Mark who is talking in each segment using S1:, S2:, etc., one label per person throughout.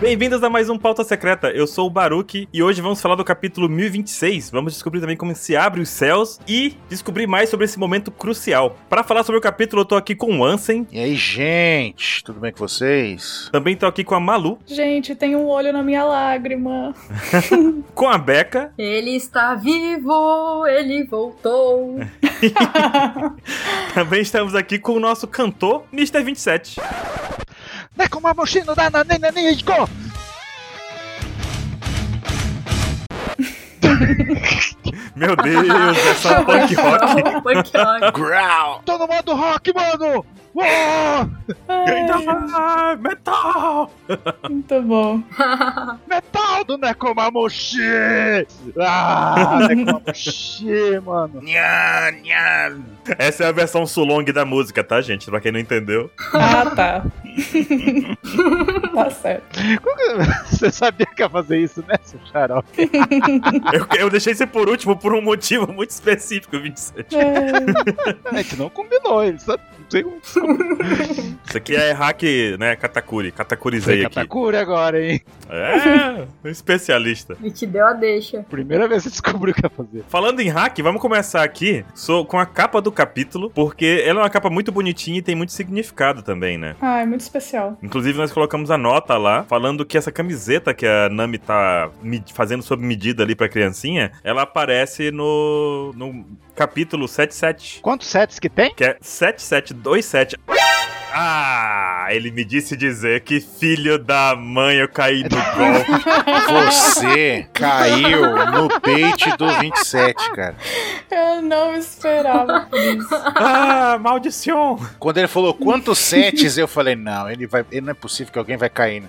S1: Bem-vindos a mais um Pauta Secreta. Eu sou o Baruque e hoje vamos falar do capítulo 1026. Vamos descobrir também como se abre os céus e descobrir mais sobre esse momento crucial. Para falar sobre o capítulo, eu tô aqui com o Ansem.
S2: E aí, gente, tudo bem com vocês?
S1: Também tô aqui com a Malu,
S3: Gente, tem um olho na minha lágrima.
S1: com a Beca
S4: Ele está vivo, ele voltou.
S1: Também estamos aqui com o nosso cantor, Mr. 27.
S2: Nekomamoshino da Nanenenigo!
S1: Meu Deus, é só punk rock.
S4: Punk rock.
S2: Growl! Tô no modo rock, mano! Uou!
S1: Eita, Metal!
S3: Muito bom.
S2: Metal do É Nekomamushi! Ah, Nekomamushi, mano! Nhan, nhan!
S1: Essa é a versão sulong da música, tá, gente? Pra quem não entendeu.
S3: Ah, tá. tá certo.
S2: Como que- Você sabia que ia fazer isso, né, seu xarope?
S1: Eu, eu deixei você por último por um motivo muito específico, 27.
S3: É,
S2: A gente não combinou, ele um sabe. Não sei como
S1: Isso aqui é hack, né? Katakuri. Katakurizei
S2: você
S1: aqui.
S2: Katakuri agora, hein?
S1: É, um especialista.
S4: Me te deu a deixa.
S2: Primeira vez que descobriu o que ia fazer.
S1: Falando em hack, vamos começar aqui so- com a capa do capítulo, porque ela é uma capa muito bonitinha e tem muito significado também, né?
S3: Ai, muito especial.
S1: Inclusive, nós colocamos a nota lá, falando que essa camiseta que a Nami tá me- fazendo sob medida ali pra criancinha, ela aparece no, no capítulo 77,
S2: Quantos sets que tem?
S1: que é 7727. Ah, ele me disse dizer que filho da mãe eu caí no gol.
S5: Você caiu no peito do 27, cara.
S3: Eu não esperava por isso.
S1: Ah, maldição!
S5: Quando ele falou quantos sets, eu falei, não, ele vai. Ele não é possível que alguém vai cair. né?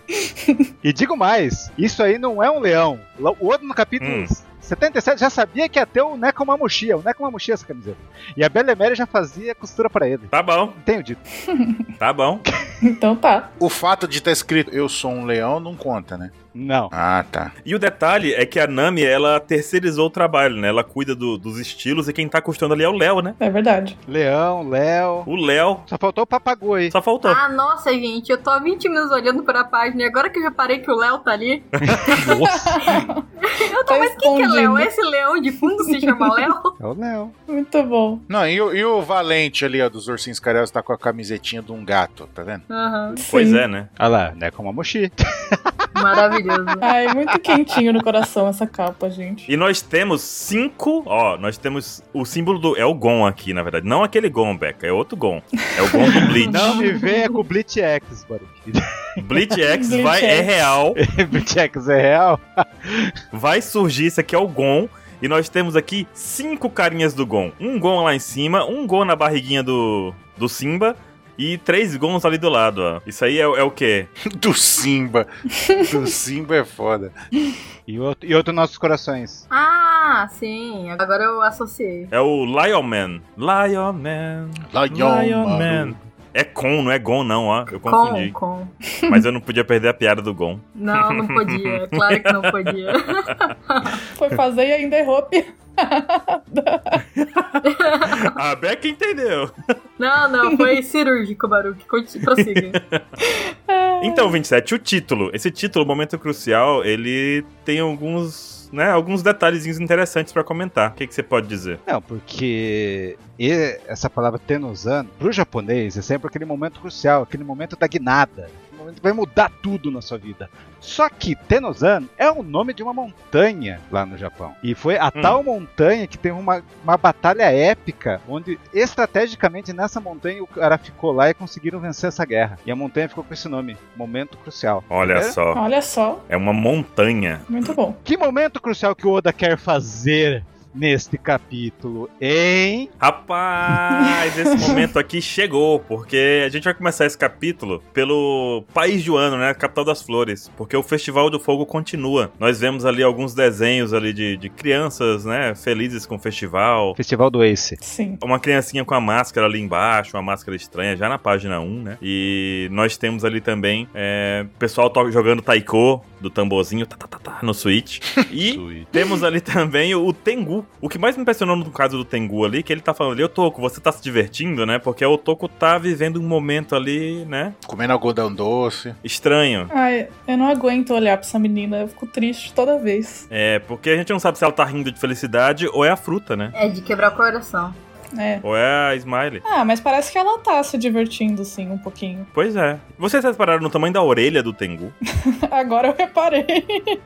S2: E digo mais, isso aí não é um leão. O outro no capítulo
S1: Hum.
S2: 77 já sabia que ia ter o Nekomamushi, é o Nekomamushi essa camiseta. E a Belemere já fazia costura pra ele.
S1: Tá bom,
S2: Tenho dito.
S1: tá bom.
S3: Então tá.
S5: O fato de estar escrito eu sou um leão não conta, né?
S2: Não.
S5: Ah, tá.
S1: E o detalhe é que a Nami, ela terceirizou o trabalho, né? Ela cuida do- dos estilos e quem tá custando ali é o Léo, né?
S3: É verdade.
S2: Leão, Léo.
S1: O Léo
S2: Só faltou o papagô aí.
S1: só faltou.
S4: Ah, nossa, gente, eu tô há 20 minutos olhando pra página e agora que eu reparei que o Léo tá ali. Eu tô,
S3: Tá
S4: mas quem que é
S3: escondido.
S4: Léo? Esse leão de fundo se chama Léo?
S2: É o Léo.
S3: Muito bom.
S5: Não, e, o- e o Valente ali, ó, dos ursinhos carelas, tá com a camisetinha de um gato, tá vendo?
S4: Aham,
S1: Pois
S3: Sim.
S1: é, né?
S2: Olha lá, Nekomamushi.
S4: maravilhoso.
S3: Ai, muito quentinho no coração essa capa, gente.
S1: E nós temos cinco. Ó, nós temos o símbolo do. É o Gon aqui, na verdade. Não aquele Gon, Beca. É outro Gon. É o Gon do Bleach.
S2: Não me venha com Blitz X, Baruch.
S1: Bleach X
S3: Bleach
S1: vai, é
S3: X.
S1: real.
S2: Blitz X é real?
S1: Vai surgir. Isso aqui é o Gon. E nós temos aqui cinco carinhas do Gon. Um Gon lá em cima, um Gon na barriguinha do, do Simba. E três Gons ali do lado, ó. Isso aí é, é o quê?
S5: Do Simba. Do Simba é foda.
S2: E outro, e outro nossos corações.
S4: Ah, sim, agora eu associei.
S1: É o Lion Man. Lion Man. Lion
S5: Lion,
S1: Man.
S5: mano.
S1: É Con, não é Gon, não, ó. Eu
S4: Com,
S1: confundi.
S4: com.
S1: Mas eu não podia perder a piada do Gon.
S4: Não, não podia. é Claro que não podia.
S3: Foi fazer e ainda errou. a pi-
S1: A Ah, Beck entendeu.
S4: Não, não, foi cirúrgico, Baruque. Conti- Prossiga.
S1: Então, 27, o título. Esse título, Momento Crucial, ele tem alguns, né, alguns detalhezinhos interessantes pra comentar. O que, que você pode dizer?
S2: Não, porque e- essa palavra tenozan, pro japonês, é sempre aquele momento crucial, aquele momento da guinada. aquele momento que vai mudar tudo na sua vida. Só que Tenozan é o nome de uma montanha lá no Japão. E foi a
S1: Hum.
S2: tal montanha que teve uma, uma batalha épica, onde estrategicamente nessa montanha o cara ficou lá e conseguiram vencer essa guerra. E a montanha ficou com esse nome, Momento Crucial.
S1: Olha
S2: É?
S1: só,
S3: Olha só.
S1: é uma montanha.
S3: Muito bom.
S2: Que momento crucial que o Oda quer fazer neste capítulo, hein?
S1: Rapaz, esse momento aqui chegou, porque a gente vai começar esse capítulo pelo país do ano, né? Capital das Flores. Porque o Festival do Fogo continua. Nós vemos ali alguns desenhos ali de, de crianças, né? Felizes com o festival.
S2: Festival do Ace.
S3: Sim.
S1: uma criancinha com a máscara ali embaixo, uma máscara estranha, já na página 1, né? E nós temos ali também é, pessoal to- jogando taiko do tamborzinho tá, tá, tá, tá, no Switch. E temos ali também o Tengu, Tengu. O que mais me impressionou no caso do Tengu ali, que ele tá falando ali, ô Toco, você tá se divertindo, né? Porque o Toco tá vivendo um momento ali, né?
S5: Comendo algodão doce.
S1: Estranho.
S3: Ai, eu não aguento olhar pra essa menina, eu fico triste toda vez.
S1: É, porque a gente não sabe se ela tá rindo de felicidade ou é a fruta, né?
S4: É de quebrar o coração.
S3: É.
S1: Ou é a Smiley.
S3: Ah, mas parece que ela tá se divertindo, sim, um pouquinho.
S1: Pois é. Vocês repararam no tamanho da orelha do Tengu?
S3: Agora eu reparei.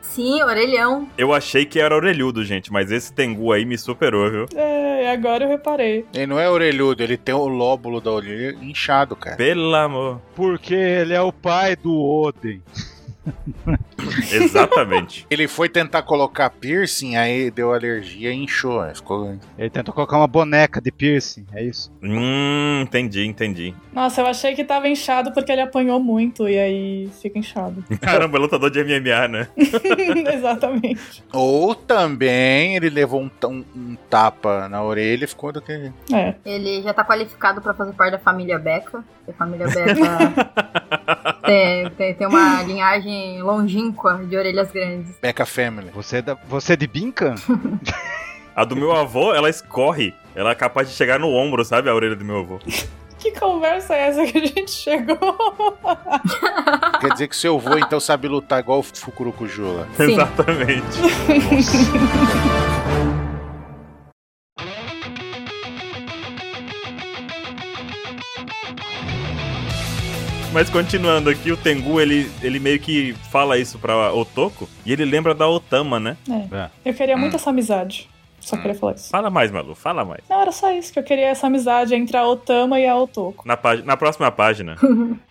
S4: Sim, orelhão.
S1: Eu achei que era orelhudo, gente, mas esse Tengu aí me superou, viu?
S3: É, agora eu reparei.
S5: Ele não é orelhudo, ele tem o lóbulo da orelha inchado, cara.
S1: Pelo amor.
S2: Porque ele é o pai do Oden.
S1: Exatamente.
S5: Ele foi tentar colocar piercing, aí deu alergia e inchou. aí Ficou...
S2: Ele tentou colocar uma boneca de piercing, é isso?
S1: hum, entendi, entendi.
S3: Nossa, eu achei que tava inchado porque ele apanhou muito e aí fica inchado.
S1: Caramba, lutador de MMA, né?
S3: Exatamente.
S5: Ou também ele levou um, ta- um- um tapa na orelha e ficou daquele jeito.
S3: É.
S4: Ele já tá qualificado pra fazer parte da família Beca. porque A família Beca tem, tem, tem uma linhagem longínqua de orelhas grandes.
S5: Becca Family.
S2: Você é, da- você é de Binkan?
S1: A do meu avô, ela escorre. Ela é capaz de chegar no ombro, sabe? A orelha do meu avô.
S3: Que conversa é essa que a gente chegou?
S5: Quer dizer que seu avô então sabe lutar igual o Fukuro Kujula.
S4: Sim.
S1: Exatamente. Mas continuando aqui, o Tengu, ele, ele meio que fala isso pra Otoko. E ele lembra da Otama, né?
S3: Eu queria muito essa amizade. Só queria falar isso.
S1: Fala mais, Malu, fala mais.
S3: Não, era só isso que eu queria essa amizade entre a Otama e a Otoko.
S1: Na, pá- na próxima página.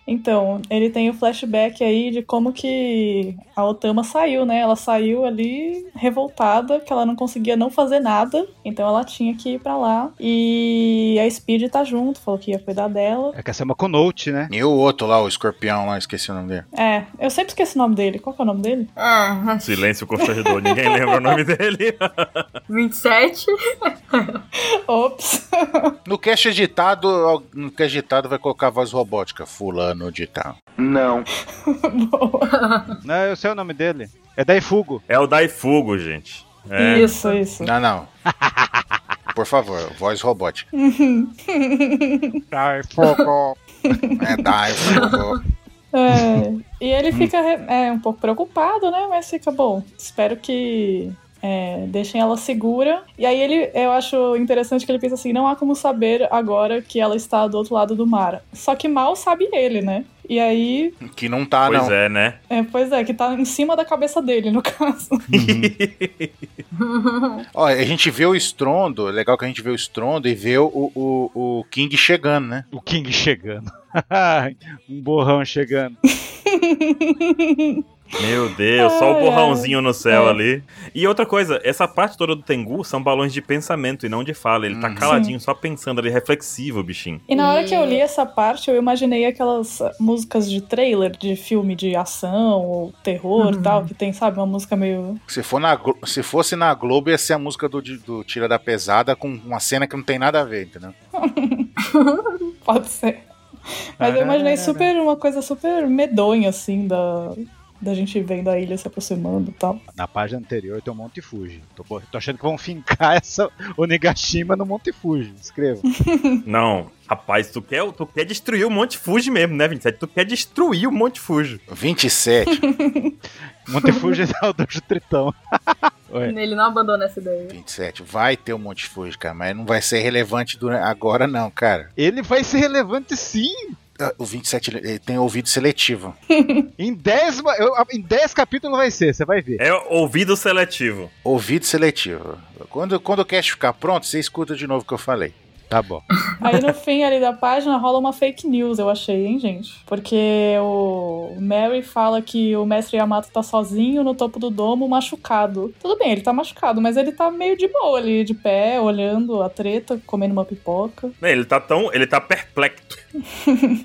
S3: Então, ele tem o flashback aí de como que a Otama saiu, né? Ela saiu ali revoltada, que ela não conseguia não fazer nada, então ela tinha que ir pra lá. E a Speed tá junto, falou que ia cuidar dela.
S2: É que essa é uma Konote, né?
S5: E o outro lá, o escorpião lá, esqueci o nome dele.
S3: É, eu sempre esqueço o nome dele. Qual que é o nome dele?
S4: É,
S1: Silêncio constrangedor, ninguém lembra o nome dele.
S4: 27.
S3: Ops.
S5: No cast editado, al- no cast editado vai colocar a voz robótica. Fulano de tal.
S6: Não.
S3: Boa.
S2: Não, eu sei o nome dele. É Daifugo.
S1: É o Daifugo, gente. É.
S3: Isso, isso.
S5: Não, não. Por favor, voz robótica.
S2: Daifugo.
S5: É, dai, Fukuro.
S3: É, e ele fica é, um pouco preocupado, né? Mas fica bom. Espero que é, deixem ela segura. E aí ele, eu acho interessante que ele pensa assim: não há como saber agora que ela está do outro lado do mar. Só que mal sabe ele, né? E aí,
S5: Que não tá,
S1: Pois
S5: não.
S1: é, né?
S3: é, pois é, que tá em cima da cabeça dele, no caso.
S5: Olha, a gente vê o estrondo, é legal que a gente vê o estrondo e vê o, o, o King chegando, né?
S2: o King chegando. um borrão chegando.
S1: Meu Deus, só o
S3: Ai,
S1: borrãozinho no céu
S3: É.
S1: ali. E outra coisa, essa parte toda do Tengu são balões de pensamento e não de fala. Ele tá
S5: Uhum.
S1: caladinho, só pensando ali, reflexivo, bichinho.
S3: E na hora que eu
S4: E-
S3: li essa parte, eu imaginei aquelas músicas de trailer, de filme de ação ou terror e
S4: Uhum.
S3: tal, que tem, sabe, uma música meio.
S5: Se, for na Glo- se fosse na Globo, ia ser a música do, de- do Tira da Pesada com uma cena que não tem nada a ver, entendeu?
S3: Pode ser. Mas eu imaginei super uma coisa super medonha, assim, da, da gente vendo a ilha se aproximando e tal.
S2: Na página anterior tem o Monte Fuji. Tô, bo- tô achando que vão fincar essa Onigashima no Monte Fuji. Escreva.
S1: Não, rapaz, tu quer, tu quer destruir o Monte Fuji mesmo, né, 27? Tu quer destruir o Monte Fuji.
S5: 27.
S2: Monte Fuji é o Dojo Tritão. Ué.
S4: Ele não abandona essa ideia.
S5: 27. Vai ter um monte de fujo, cara, mas não vai ser relevante durante, agora, não, cara.
S2: Ele vai ser relevante sim.
S5: Ah, O 27 ele- ele tem ouvido seletivo.
S2: Em 10 ma- eu- em 10 capítulos vai ser, você vai ver.
S1: É ouvido seletivo.
S5: Ouvido seletivo. Quando, quando o cast ficar pronto, você escuta de novo o que eu falei.
S2: Tá bom.
S3: Aí no fim ali da página rola uma fake news, eu achei, hein, gente? Porque o Mary fala que o mestre Yamato tá sozinho no topo do domo, machucado. Tudo bem, ele tá machucado, mas ele tá meio de boa ali, de pé, olhando a treta, comendo uma pipoca.
S1: Né, Ele tá tão. Ele tá perplexo.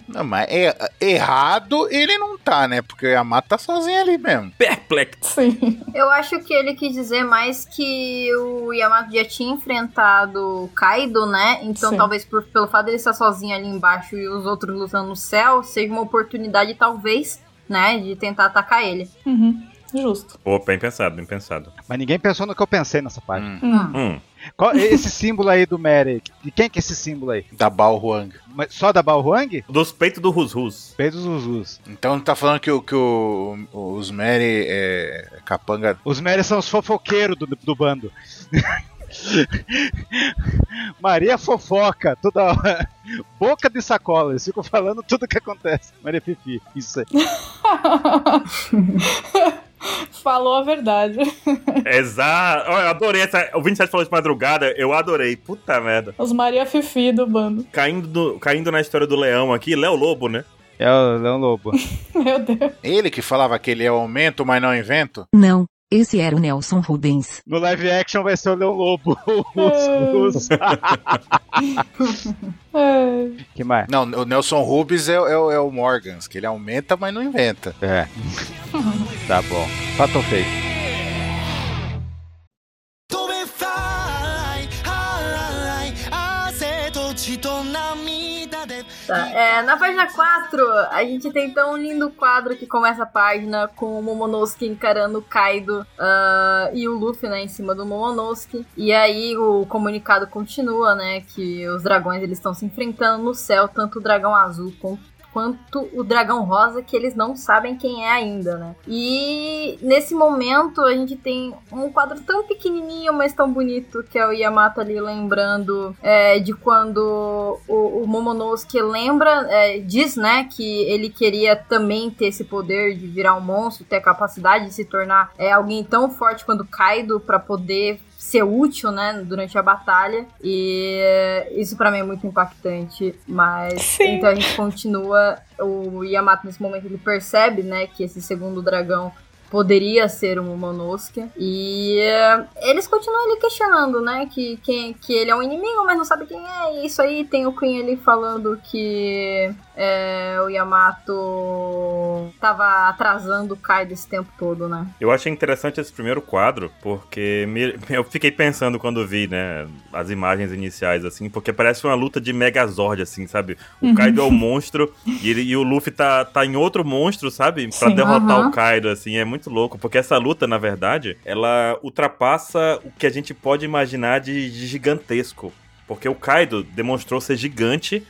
S5: Não, mas é, errado ele não tá, né? Porque a Mata tá sozinha ali mesmo.
S1: Perplexo.
S3: Sim.
S4: Eu acho que ele quis dizer mais que o Yamato já tinha enfrentado o Kaido, né? Então
S3: Sim.
S4: talvez por- pelo fato dele estar sozinho ali embaixo e os outros lutando no céu, seja uma oportunidade, talvez, né, de tentar atacar ele.
S3: Uhum. Justo.
S1: Pô, bem pensado, bem pensado.
S2: Mas ninguém pensou no que eu pensei nessa parte.
S5: Hum,
S3: Hum.
S1: Hum.
S2: Qual- esse símbolo aí do Merrick, de quem que é esse símbolo aí?
S5: da Bao Huang.
S2: Mas Só da Balruang?
S1: Dos peitos do Rus Rus.
S2: Peitos dos Usus.
S5: Então tá falando que, o- que o, os Mary é capanga.
S2: Os Merry são os fofoqueiros do, do bando. Maria fofoca, toda hora. Boca de sacola, eles ficam falando tudo que acontece. Maria Fifi, isso aí.
S3: Falou a verdade.
S1: Exato. Eu adorei essa. O 27 falou de madrugada, eu adorei. Puta merda.
S3: Os Maria Fifi do bando.
S1: Caindo, no- caindo na história do leão aqui, Léo Lobo, né?
S2: É o Leão Lobo.
S3: Meu Deus.
S5: Ele que falava que ele é aumento, mas não invento?
S6: Não, esse era o Nelson Rubens.
S2: No live action vai ser o Leão Lobo. Os, os.
S3: É.
S2: Que mais?
S5: Não, o Nelson Rubens é, é o- é o Morgans, que ele aumenta, mas não inventa.
S2: É. tá bom. Fato ou fake?
S4: Tá. É, na página 4, a gente tem tão lindo quadro que começa a página com o Momonosuke encarando o Kaido ah, e o Luffy, né, em cima do Momonosuke. E aí o comunicado continua, né, que os dragões eles estão se enfrentando no céu, tanto o dragão azul com- quanto o dragão rosa, que eles não sabem quem é ainda, né. E nesse momento a gente tem um quadro tão pequenininho, mas tão bonito, que é o Yamato ali lembrando é, de quando o, o Momonosuke lembra, é, diz, né, que ele queria também ter esse poder de virar um monstro, ter a capacidade de se tornar é, alguém tão forte quanto Kaido pra poder ser útil, né, durante a batalha. E é, isso pra mim é muito impactante, mas
S3: Sim.
S4: então a gente continua o Yamato nesse momento ele percebe, né, que esse segundo dragão poderia ser o Momonosuke e é, eles continuam ele questionando, né, que, que, que ele é um inimigo, mas não sabe quem é, e isso aí tem o Queen ali falando que é, o Yamato tava atrasando o Kaido esse tempo todo, né.
S1: Eu achei interessante esse primeiro quadro, porque me- eu fiquei pensando quando vi, né, as imagens iniciais, assim, porque parece uma luta de Megazord, assim, sabe? O
S3: Uhum.
S1: Kaido é o monstro e, ele- e o Luffy tá, tá em outro monstro, sabe? Pra
S3: Sim.
S1: derrotar
S4: Aham.
S1: o Kaido, assim, é muito louco, porque essa luta, na verdade, ela ultrapassa o que a gente pode imaginar de, de gigantesco. Porque o Kaido demonstrou ser gigante.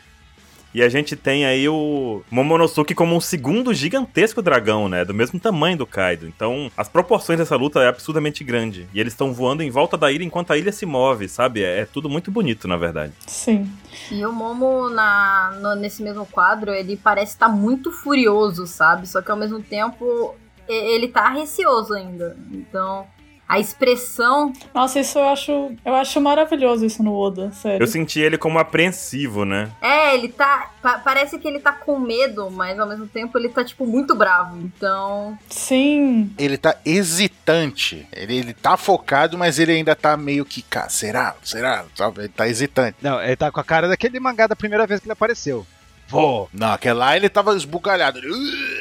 S1: E a gente tem aí o Momonosuke como um segundo gigantesco dragão, né? Do mesmo tamanho do Kaido. Então, as proporções dessa luta é absurdamente grande. E eles estão voando em volta da ilha enquanto a ilha se move, sabe? É, é tudo muito bonito, na verdade.
S3: Sim.
S4: E o Momo, na, no- nesse mesmo quadro, ele parece estar muito furioso, sabe? Só que ao mesmo tempo, e- ele tá receoso ainda. Então, a expressão.
S3: Nossa, isso eu acho. Eu acho maravilhoso isso no Oda, sério.
S1: Eu senti ele como apreensivo, né?
S4: É, ele tá. pa- parece que ele tá com medo, mas ao mesmo tempo ele tá, tipo, muito bravo. Então.
S3: Sim.
S5: Ele tá hesitante. Ele, ele tá focado, mas ele ainda tá meio que. "Cá, Será? Será? Sabe? Ele tá hesitante.
S2: Não, ele tá com a cara daquele mangá da primeira vez que ele apareceu. Vou.
S5: Não, aquela lá ele tava esbugalhado. Ele, "Ugh".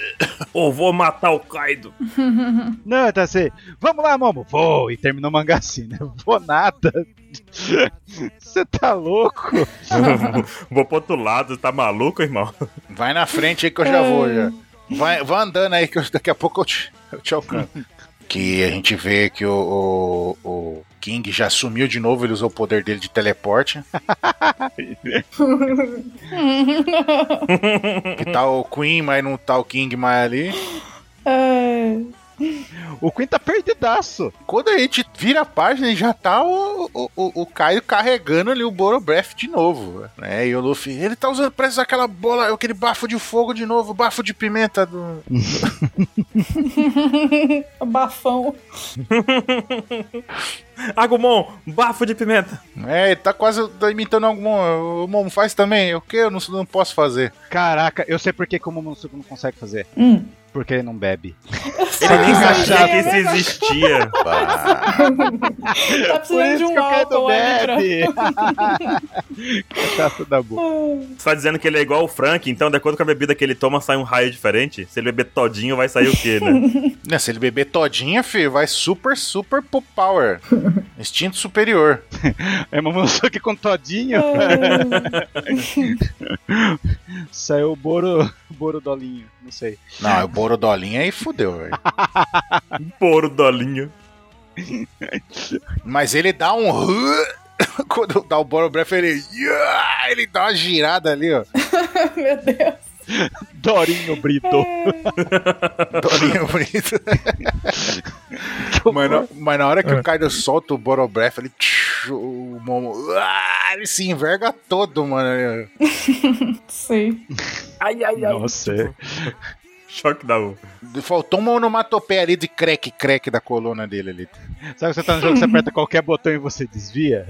S1: Ou vou matar o Kaido.
S2: Não, tá assim. Vamos lá, Momo. Vou. E terminou o mangá assim, né? Vou nada. Você tá louco?
S1: vou pro outro lado, tá maluco, irmão?
S5: Vai na frente aí que eu já vou, já. Vai, vai andando aí que eu- daqui a pouco eu te, eu te alcanço. que a gente vê que o, o- o King já sumiu de novo, ele usou o poder dele de teleporte. que tá o Queen, mas não tá o King mais ali.
S3: É.
S2: O Queen tá perdidaço.
S5: Quando a gente vira a página, ele já tá o, o, o, o Caio carregando ali o Borobreath de novo. Né? E o Luffy, ele tá usando, parece aquela bola, aquele bafo de fogo de novo, bafo de pimenta do,
S3: Bafão.
S1: Agumon, bafo de pimenta.
S5: É, ele tá quase imitando algum. O Momo faz também. O que eu não, não posso fazer?
S2: Caraca, eu sei por que que o Momonosuke não consegue fazer.
S3: Hum.
S2: Porque ele não bebe.
S1: Ele nem sabia
S2: Engraçado.
S1: que isso é existia.
S3: Tá precisando de um álcool aí pra.
S2: tá tudo bom.
S1: Você tá dizendo que ele é igual o Frank, então de acordo com a bebida que ele toma, sai um raio diferente? Se ele beber todinho, vai sair o quê, né?
S5: Né, se ele beber todinha, filho, vai super, super pro power. Instinto superior.
S2: É Momonosuke com todinho.
S3: É.
S2: Saiu o Boro, Borodolinho? Não sei.
S5: Não, é o Borodolinho aí fudeu, velho.
S1: Borodolinho.
S5: Mas ele dá um. Quando dá o Borobreath, ele. Ele dá uma girada ali, ó.
S3: Meu Deus.
S2: Dorinho Brito.
S3: É.
S5: Dorinho Brito. mas, na, mas na hora que o Kaido solta o Borobreath, ele. tch, O Momo. ah, Ele se enverga todo, mano.
S3: Sim.
S1: Ai, ai, ai.
S2: Nossa. é.
S1: Choque da U.
S5: Faltou uma onomatopeia ali de creque, creque da coluna dele ali.
S2: Sabe que você tá no jogo, você aperta qualquer botão e você desvia?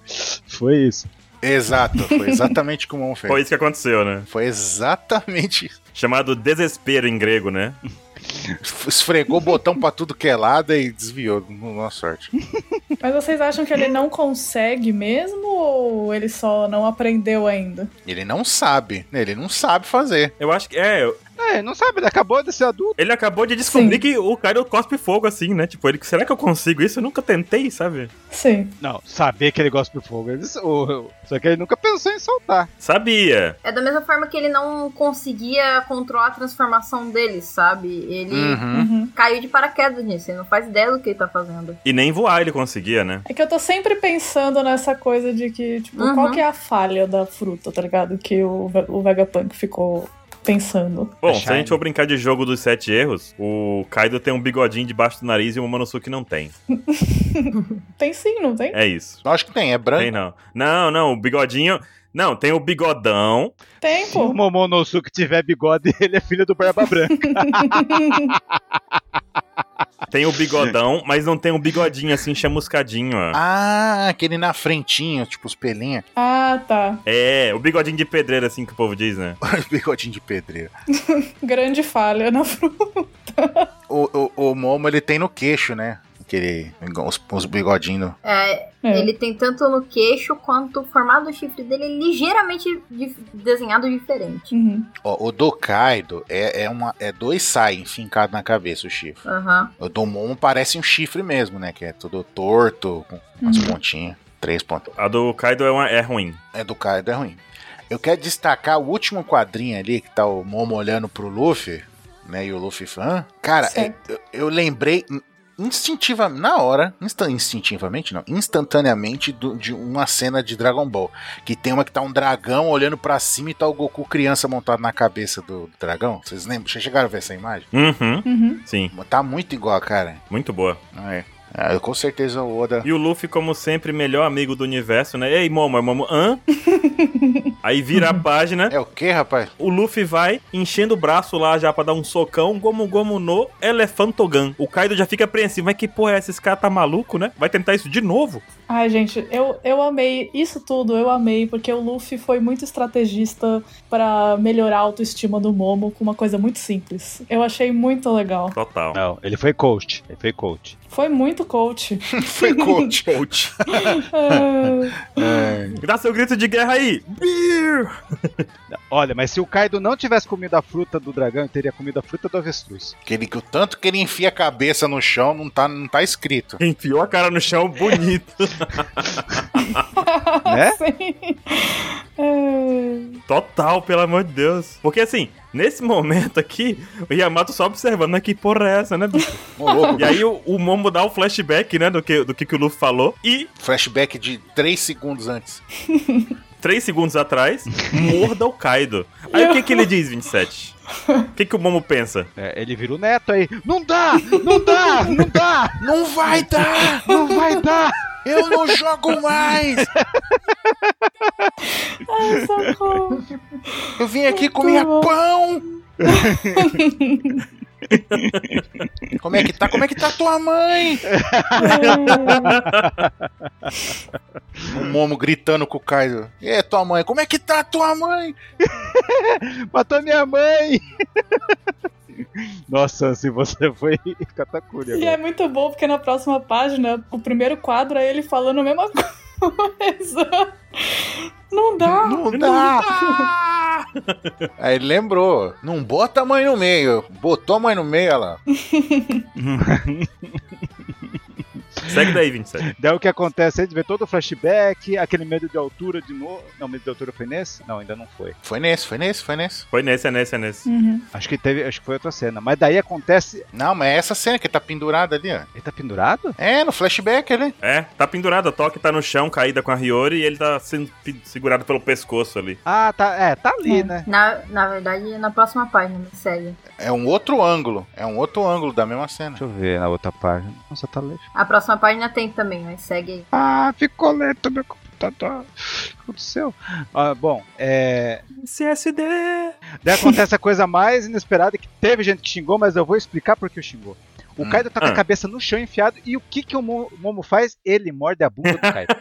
S2: Foi isso.
S5: Exato, foi exatamente como o Momo fez.
S1: Foi isso que aconteceu, né?
S5: Foi exatamente isso.
S1: Chamado desespero em grego, né?
S5: Esfregou o botão pra tudo que é lado e desviou. Boa sorte.
S3: Mas vocês acham que ele não consegue mesmo ou ele só não aprendeu ainda?
S5: Ele não sabe. Ele não sabe fazer.
S1: Eu acho que. É,
S2: É, não sabe, ele acabou de ser adulto.
S1: ele acabou de descobrir
S3: Sim.
S1: que o Kaido cospe fogo assim, né? Tipo, ele, será que eu consigo isso? Eu nunca tentei, sabe?
S3: Sim.
S2: Não, saber que ele gosta do fogo. Ele, o- só que ele nunca pensou em soltar.
S1: Sabia.
S4: É da mesma forma que ele não conseguia controlar a transformação dele, sabe? Ele
S5: Uhum.
S3: Uhum.
S4: caiu de paraquedas nisso, ele não faz ideia do que ele tá fazendo.
S1: E nem voar ele conseguia, né?
S3: É que eu tô sempre pensando nessa coisa de que, tipo,
S4: Uhum.
S3: qual que é a falha da fruta, tá ligado? Que o, Ve- o Vegapunk ficou pensando.
S1: Bom,
S2: É
S1: se a
S2: shiny.
S1: gente for brincar de jogo dos sete erros, o Kaido tem um bigodinho debaixo do nariz e o Momonosuke não tem.
S3: Tem sim, não tem?
S1: É isso.
S5: Acho que tem, é branco.
S1: Tem né? não. Não, não, o bigodinho. Não, tem o bigodão.
S3: Tem,
S2: Se o
S3: pô.
S2: Momonosuke tiver bigode, ele é filho do Barba Branca.
S1: Tem o bigodão, mas não tem o bigodinho assim chamuscadinho, ó.
S5: Ah, aquele na frentinha, tipo os pelinhos.
S3: ah, tá.
S1: É, o bigodinho de pedreiro, assim que o povo diz, né?
S5: Bigodinho de pedreiro.
S3: Grande falha na fruta.
S5: O, o, o Momo, ele tem no queixo, né? Aquele, os, os bigodinhos.
S4: É,
S3: É.
S4: Ele tem tanto no queixo quanto o formato do chifre dele é ligeiramente dif- desenhado diferente.
S3: Uhum.
S5: Ó, o do Kaido é, é, uma, é dois saem fincados na cabeça o chifre.
S4: Aham.
S5: O do Momo parece um chifre mesmo, né? Que é tudo torto, com umas
S3: Uhum.
S5: pontinhas, três pontas.
S1: A do Kaido é, uma- é ruim.
S5: É do Kaido é ruim. Eu quero destacar o último quadrinho ali, que tá o Momo olhando pro Luffy, né? E o Luffy fã. Cara, é-
S3: Certo.
S5: eu, eu lembrei in- instintivamente, na hora, instan- instintivamente não, instantaneamente do- de uma cena de Dragon Ball. Que tem uma que tá um dragão olhando pra cima e tá o Goku criança montado na cabeça do dragão. Vocês lembram? Vocês chegaram a ver essa imagem?
S1: Uhum,
S3: Uhum.
S1: sim,
S5: Tá muito igual, cara.
S1: muito boa.
S5: É. Ah, eu- com certeza o Oda.
S1: E o Luffy, como sempre, melhor amigo do universo, né? Ei, Momo, é Momo, hã? Aí vira a página,
S5: É o que, rapaz?
S1: o Luffy vai enchendo o braço lá já pra dar um socão, gomu gomu no elefantogan. O Kaido já fica apreensivo, mas que porra é essa? Esse cara tá maluco, né? Vai tentar isso de novo?
S3: Ai, gente, eu, eu amei isso tudo, eu amei, porque o Luffy foi muito estrategista pra melhorar a autoestima do Momo com uma coisa muito simples. Eu achei muito legal.
S1: Total.
S2: Não, ele foi coach. Ele foi coach.
S3: Foi muito coach.
S5: Foi coach. coach.
S3: Ah,
S1: Dá seu grito de guerra aí! Beer!
S2: Olha, mas se o Kaido não tivesse comido a fruta do dragão, ele teria comido a fruta do avestruz.
S5: Que ele, que o tanto que ele enfia a cabeça no chão não tá, não tá escrito.
S1: Enfiou a cara no chão, bonito.
S2: Né?
S3: sim. Ah.
S1: Total, pelo amor de Deus. Porque assim, nesse momento aqui, o Yamato só observando, né? Que porra é essa, né? bicho?
S5: Ô, louco,
S1: e aí o, o Momo dá o flashback, né? Do que, do que, que o Luffy falou. E,
S5: flashback de 3 segundos antes.
S1: três segundos atrás, morda o Kaido. Aí o que, que ele diz, 27? O que, que o Momo pensa?
S2: É, ele vira o neto aí. Não dá! Não dá! Não dá!
S5: Não vai dar!
S2: Não vai dar!
S5: Eu não jogo mais!
S3: Ai, socorro.
S5: Eu vim aqui comer
S3: bom.
S5: pão! Como é que tá? Como é que tá tua mãe? O Momo gritando com o Kaido. É, tua mãe, como é que tá tua mãe?
S2: Matou minha mãe! Nossa, se você foi catacúria.
S3: E é muito bom porque na próxima página, o primeiro quadro é ele falando a mesma coisa. Não dá.
S5: Não dá! Aí ele lembrou. Não bota a mãe no meio. Botou a mãe no meio, olha lá.
S1: Segue daí, 27.
S2: Daí o que acontece? A gente vê todo o flashback, aquele medo de altura de novo. Não, medo de altura foi nesse? Não, ainda não foi.
S5: Foi nesse, foi nesse, foi nesse.
S1: Foi nesse, é nesse, é nesse.
S3: Uhum.
S2: Acho que teve, acho que foi outra cena. Mas daí acontece.
S5: Não, mas é essa cena que tá pendurada ali, ó.
S2: Ele tá pendurado?
S5: É, no flashback ali.
S1: É, tá pendurado. A Toque tá no chão, caída com a Hiyori, e ele tá sendo pe- segurado pelo pescoço ali.
S2: Ah, tá. É, tá ali, né?
S4: Na, na verdade, na próxima página, me segue.
S5: É um outro ângulo. É um outro ângulo da mesma cena.
S2: Deixa eu ver na outra página. Nossa, tá leve.
S4: A próxima página tem também, mas segue aí.
S2: Ah, ficou lento meu computador. O que aconteceu? Ah, bom, é.
S1: CSD!
S2: Daí acontece a coisa mais inesperada que teve gente que xingou, mas eu vou explicar por que xingou. O
S1: Hum.
S2: Kaido tá com a
S1: Ah.
S2: cabeça no chão enfiado e o que que o Mo- Momo faz? Ele morde a bunda do Kaido.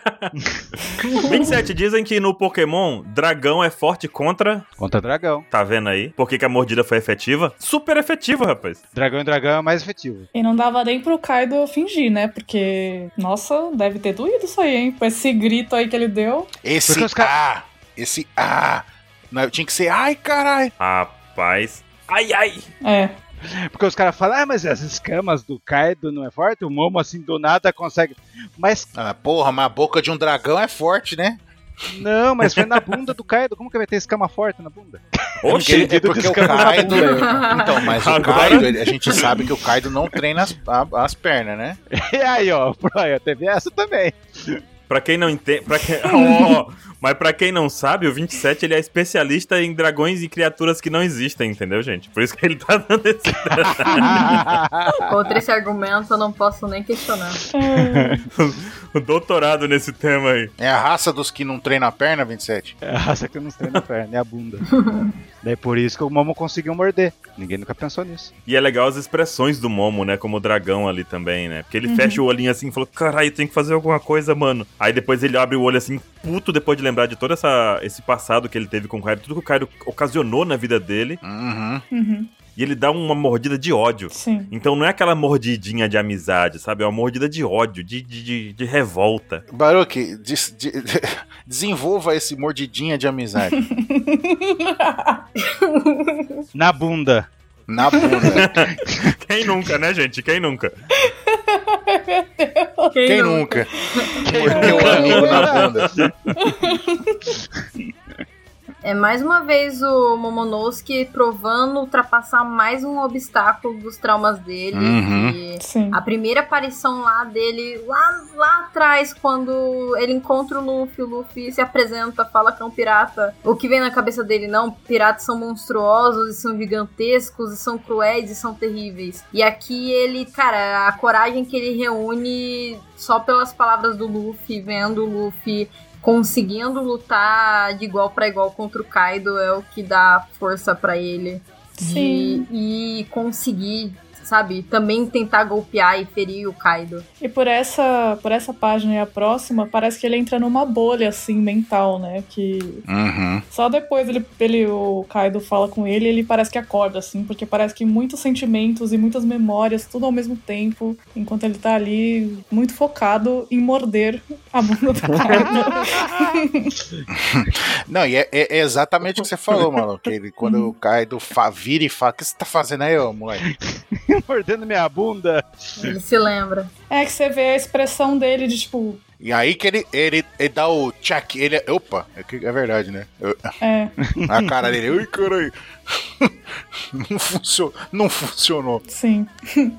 S3: Uhum.
S1: 27, dizem que no Pokémon, dragão é forte contra.
S2: Contra dragão.
S1: Tá vendo aí? Por que, que a mordida foi efetiva? Super efetiva, rapaz.
S2: Dragão e dragão é mais efetivo.
S3: E não dava nem pro Kaido fingir, né? Porque, nossa, deve ter doído isso aí, hein? Com esse grito aí que ele deu.
S5: Esse
S2: Porque os ca-
S5: Ah! Esse Ah! Não, tinha que ser. Ai, caralho!
S1: Rapaz. Ai, ai!
S3: É.
S2: Porque os caras falam, ah, mas as escamas do Kaido não é forte? O Momo assim do nada consegue. Mas
S5: Ah, porra, mas a boca de um dragão é forte, né?
S2: não, mas foi na bunda do Kaido. Como que vai ter escama forte na bunda?
S1: Oxi!
S5: é porque o Kaido. Então, mas o
S1: Agora-
S5: Kaido, ele- a gente sabe que o Kaido não treina as, a- as pernas, né?
S2: E aí, ó, pô, aí, ó, teve essa também.
S1: Pra quem não entende. Pra quem... Ó, mas pra quem não sabe, o 27 ele é especialista em dragões e criaturas que não existem, entendeu, gente? Por isso que ele tá dando esse.
S4: Contra esse argumento, eu não posso nem questionar.
S3: É.
S1: o doutorado nesse tema aí.
S5: É a raça dos que não treinam a perna, 27.
S2: Nossa, que eu não treino a perna, é a bunda. Daí por isso que o Momo conseguiu morder. Ninguém nunca pensou nisso.
S1: E é legal as expressões do Momo, né? Como o dragão ali também, né? Porque ele fecha o olhinho assim e falou: caralho, tem que fazer alguma coisa, mano. Aí depois ele abre o olho assim, puto, depois de lembrar de todo essa, esse passado que ele teve com o Kaido, tudo que o Kaido ocasionou na vida dele.
S5: Uhum.
S3: Uhum.
S1: E ele dá uma mordida de ódio.
S3: Sim.
S1: Então não é aquela mordidinha de amizade, sabe? É uma mordida de ódio, de, de, de, de revolta.
S5: Baruque, des- de- desenvolva esse mordidinha de amizade.
S2: Na bunda.
S5: Na bunda.
S1: Quem nunca, né, gente? Quem nunca?
S5: Quem nunca?
S2: Quem
S5: Mordeu o é amigo na bunda.
S4: É mais uma vez o Momonosuke provando ultrapassar mais um obstáculo dos traumas dele.
S5: Uhum.
S4: E
S3: Sim.
S4: a primeira aparição lá dele, lá, lá atrás, quando ele encontra o Luffy, o Luffy se apresenta, fala que é um pirata. O que vem na cabeça dele, não, piratas são monstruosos, e são gigantescos, e são cruéis, e são terríveis. E aqui ele, cara, a coragem que ele reúne só pelas palavras do Luffy, vendo o Luffy conseguindo lutar de igual pra igual contra o Kaido é o que dá força pra ele
S3: Sim.
S4: de e conseguir, sabe, também tentar golpear e ferir o Kaido.
S3: E por essa, por essa página e a próxima, parece que ele entra numa bolha, assim, mental, né? Que
S5: Uhum.
S3: só depois ele, ele, o Kaido fala com ele ele parece que acorda, assim, porque parece que muitos sentimentos e muitas memórias, tudo ao mesmo tempo, enquanto ele tá ali muito focado em morder a bunda do Kaido.
S5: Não, e é, é- é exatamente o que você falou, mano. Que ele, quando o Kaido fa, vira e fala, o que você tá fazendo aí, ô moleque?
S2: mordendo minha bunda.
S4: Ele se lembra.
S3: é que você vê a expressão dele de tipo,
S5: E aí que ele, ele, ele dá o tchac, ele. Opa, é, que- é verdade, né? Eu-
S3: é,
S5: a cara dele, ui, caralho. Não funcionou. Não funcionou.
S3: sim.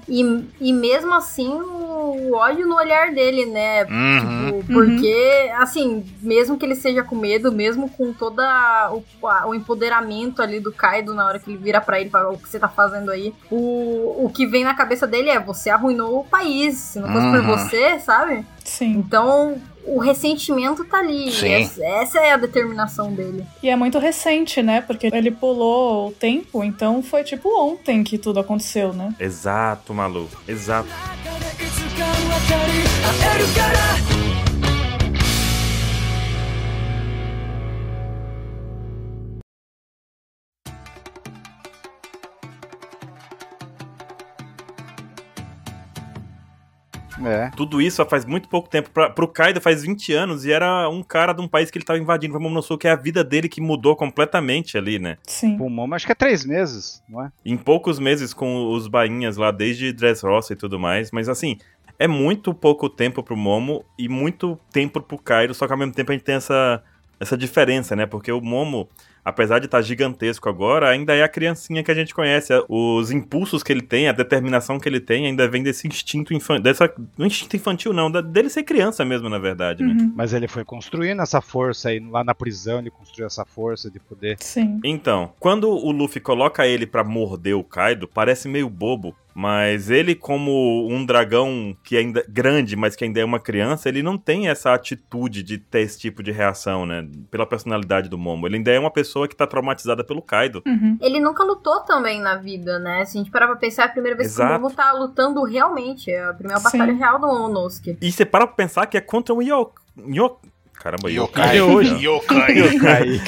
S4: E, e mesmo assim, o ódio no olhar dele, né?
S5: Uhum.
S4: Tipo, Porque, assim, mesmo que ele seja com medo, mesmo com todo o, a- o empoderamento ali do Kaido na hora que ele vira pra ele e fala o que você tá fazendo aí, o, o que vem na cabeça dele é você arruinou o país, se não fosse por
S5: Uhum.
S4: você, sabe?
S3: Sim.
S4: Então, o ressentimento tá ali.
S5: Sim.
S4: Essa, essa é a determinação dele.
S3: E é muito recente, né? Porque ele pulou o tempo, então foi tipo ontem que tudo aconteceu, né?
S1: Exato, maluco. Exato.
S2: É.
S1: Tudo isso faz muito pouco tempo. Pra, pro Kaido faz 20 anos e era um cara de um país que ele tava invadindo. Vamos no sul, que é a vida dele que mudou completamente ali, né?
S3: Sim.
S2: O Momo acho que é três meses, não é?
S1: Em poucos meses com os bainhas lá, desde Dressrosa e tudo mais. Mas assim, é muito pouco tempo pro Momo e muito tempo pro Cairo, só que ao mesmo tempo a gente tem essa, essa diferença, né? Porque o Momo, apesar de estar gigantesco agora, ainda é a criancinha que a gente conhece. Os impulsos que ele tem, a determinação que ele tem, ainda vem desse instinto infantil. Dessa... Não instinto infantil, não, da- dele ser criança mesmo, na verdade, né?
S3: Uhum.
S2: Mas ele foi construindo essa força aí, lá na prisão ele construiu essa força de poder.
S3: Sim.
S1: Então, quando o Luffy coloca ele pra morder o Kaido, parece meio bobo, mas ele como um dragão que ainda grande, mas que ainda é uma criança, ele não tem essa atitude de ter esse tipo de reação, né? Pela personalidade do Momo, ele ainda é uma pessoa que tá traumatizada pelo Kaido.
S3: Uhum.
S4: Ele nunca lutou também na vida, né? Se a gente parar pra pensar, é a primeira vez que o
S1: Exato.
S4: Momo tá lutando realmente. É a primeira batalha
S3: Sim.
S4: real do Momonosuke.
S1: E você para pra pensar que é contra um Yo... Yo... né? Caramba,
S5: Yokai.
S1: Yokai.
S5: Yokai.
S2: Aí,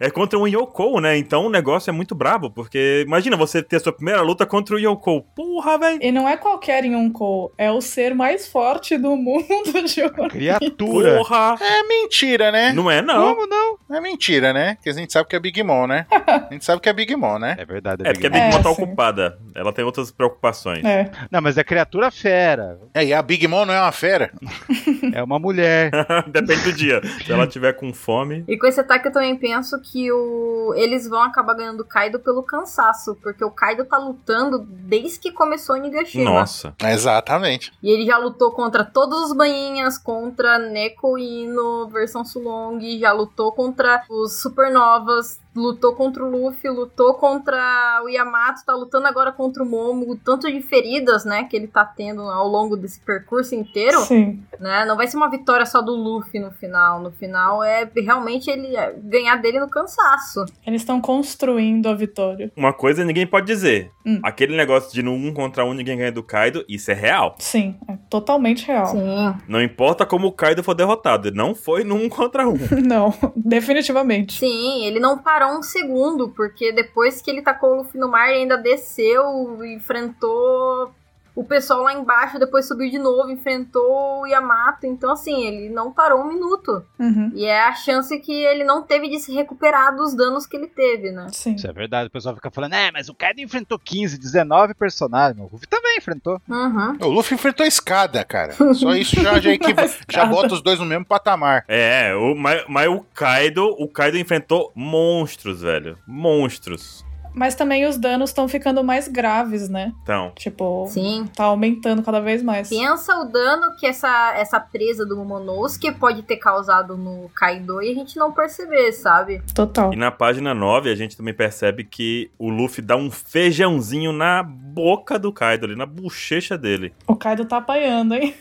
S1: é contra um Yoko, né? Então o negócio é muito brabo, porque imagina você ter a sua primeira luta contra o Yoko. Porra, velho!
S3: E não é qualquer Yonko, é o ser mais forte do mundo, Juro.
S2: criatura.
S1: Porra!
S5: É mentira, né?
S1: Não é não.
S2: Como não?
S5: É mentira, né? Porque a gente sabe que é Big Mom, né? A gente sabe que é Big Mom, né?
S2: É verdade.
S1: É, porque a
S2: Big
S1: Big
S3: É,
S1: Mom tá
S3: sim.
S1: ocupada. Ela tem outras preocupações.
S3: É.
S2: Mom. Não, mas é criatura fera.
S5: É, e a Big Mom não é uma fera.
S2: É uma mulher.
S1: Depende do dia. Se ela tiver com fome.
S4: E com esse ataque eu também penso que o... eles vão acabar ganhando o Kaido pelo cansaço, porque o Kaido tá lutando desde que começou o Nigashima.
S1: Nossa.
S5: Exatamente.
S4: E ele já lutou contra todos os banhinhas, contra Neko e Ino, versão Sulong, já lutou contra os Supernovas, lutou contra o Luffy, lutou contra o Yamato, tá lutando agora contra o Momo, o tanto de feridas, né, que ele tá tendo ao longo desse percurso inteiro,
S3: Sim.
S4: né? Não vai ser uma vitória só do Luffy no final, no final é realmente ele é, ganhar dele no cansaço.
S3: Eles estão construindo a vitória.
S1: Uma coisa ninguém pode dizer.
S3: Hum.
S1: Aquele negócio de no um contra um ninguém ganha do Kaido, isso é real.
S3: Sim, é totalmente real.
S4: Sim.
S1: Não importa como o Kaido for derrotado. Ele Não foi no um contra um.
S3: Não, definitivamente.
S4: Sim, ele não parou um segundo, porque depois que ele tacou o Luffy no mar, ele ainda desceu, enfrentou o pessoal lá embaixo, depois subiu de novo, enfrentou o Yamato. Então, assim, ele não parou um minuto.
S3: Uhum.
S4: E é a chance que ele não teve de se recuperar dos danos que ele teve, né?
S3: Sim.
S2: Isso é verdade. O pessoal fica falando, é, mas o Kaido enfrentou 15, 19 personagens. O Ruffy também enfrentou.
S4: Uhum.
S5: O Luffy enfrentou a escada, cara. Só isso já, já, equiva-
S3: Mas,
S5: já
S3: cara,
S5: bota os dois no mesmo patamar.
S1: É, o, mas, mas o Kaido, o Kaido enfrentou monstros, velho. Monstros.
S3: Mas também os danos estão ficando mais graves, né?
S1: Então,
S3: Tipo,
S4: Sim.
S3: tá aumentando cada vez mais.
S4: Pensa o dano que essa, essa presa do Momonosuke pode ter causado no Kaido e a gente não perceber, sabe?
S3: Total.
S1: e na página 9 a gente também percebe que o Luffy dá um feijãozinho na boca do Kaido ali, na bochecha dele.
S3: O Kaido tá apanhando, hein?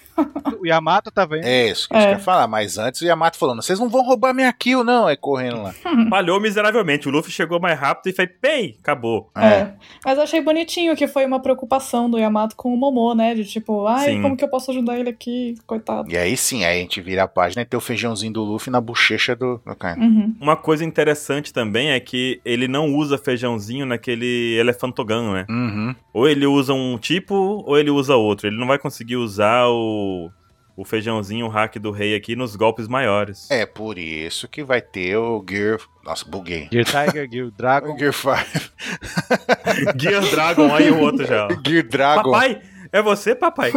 S2: O Yamato tá tava indo.
S5: É isso que eu
S3: É.
S5: ia falar. Mas antes o Yamato falando: vocês não vão roubar minha kill, não. É correndo lá.
S1: Falhou miseravelmente. O Luffy chegou mais rápido e fez pei, acabou.
S5: É.
S3: Mas eu achei bonitinho que foi uma preocupação do Yamato com o Momo, né? De tipo, ai,
S1: Sim.
S3: como que eu posso ajudar ele aqui? Coitado.
S5: E aí sim, aí a gente vira a página e tem o feijãozinho do Luffy na bochecha do, do cara.
S3: Uhum.
S1: Uma coisa interessante também é que ele não usa feijãozinho naquele elefantogan, né?
S5: Uhum.
S1: Ou ele usa um tipo, ou ele usa outro. Ele não vai conseguir usar o, o feijãozinho, o hack do rei aqui nos golpes maiores.
S5: É por isso que vai ter o Gear. Nossa, buguei.
S2: Gear Tiger, Gear
S5: O
S2: Dragon.
S5: Gear 5.
S1: Gear Dragon, aí o outro já.
S5: Gear Dragon.
S1: Papai, é você, papai?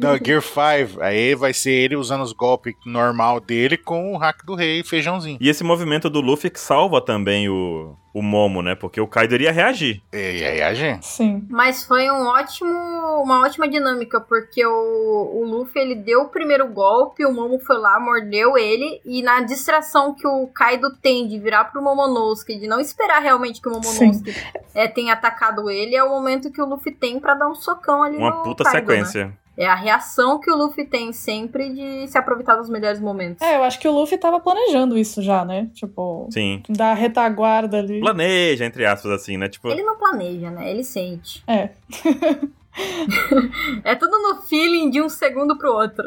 S5: Não, Gear 5. Aí vai ser ele usando os golpes normal dele com o hack do rei feijãozinho.
S1: E esse movimento do Luffy que salva também o, o Momo, né? Porque o Kaido iria reagir.
S5: E aí a gente.
S3: Sim.
S4: Mas foi um ótimo, uma ótima dinâmica, porque o, o Luffy ele deu o primeiro golpe, o Momo foi lá, mordeu ele, e na distração que o Kaido tem de virar pro Momonosuke, de não esperar realmente que o Momonosuke é, tenha atacado ele, é o momento que o Luffy tem pra dar um socão ali no
S1: Uma puta
S4: Kaido, né?
S1: sequência.
S4: É a reação que o Luffy tem sempre de se aproveitar dos melhores momentos.
S3: É, eu acho que o Luffy tava planejando isso já, né? Tipo,
S1: Sim.
S3: da retaguarda ali.
S1: Planeja, entre aspas, assim, né? Tipo,
S4: Ele não planeja, né? Ele sente.
S3: É.
S4: É tudo no feeling de um segundo pro outro.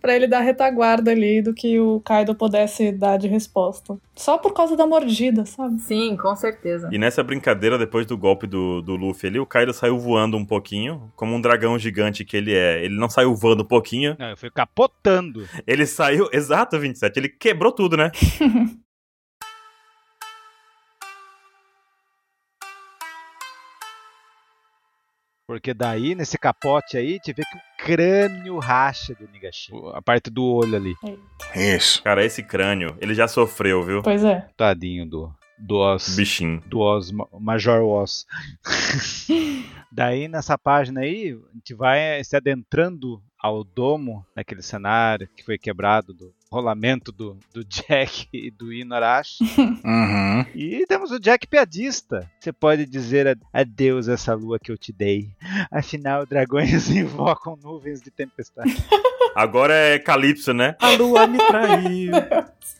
S3: pra ele dar retaguarda ali do que o Kaido pudesse dar de resposta. Só por causa da mordida, sabe?
S4: Sim, com certeza.
S1: E nessa brincadeira, depois do golpe do, do Luffy ali, o Kaido saiu voando um pouquinho, como um dragão gigante que ele é. Ele não saiu voando um pouquinho,
S2: Não, eu fui capotando.
S1: ele saiu. Exato, 27. Ele quebrou tudo, né?
S2: Porque daí, nesse capote aí, te vê que o crânio racha do Nigashima. A parte do olho ali.
S5: Isso.
S1: Cara, esse crânio, ele já sofreu, viu?
S3: Pois é.
S2: Tadinho do, do Oz.
S1: Bichinho.
S2: Do Oz, Ma- Major Oz. daí, nessa página aí, a gente vai se adentrando ao domo, naquele cenário que foi quebrado do rolamento do, do Jack e do Inorashi.
S5: Uhum.
S2: E temos o Jack piadista. Você pode dizer a- adeus a essa lua que eu te dei. Afinal, dragões invocam nuvens de tempestade.
S1: Agora é Calypso, né? A lua me traiu.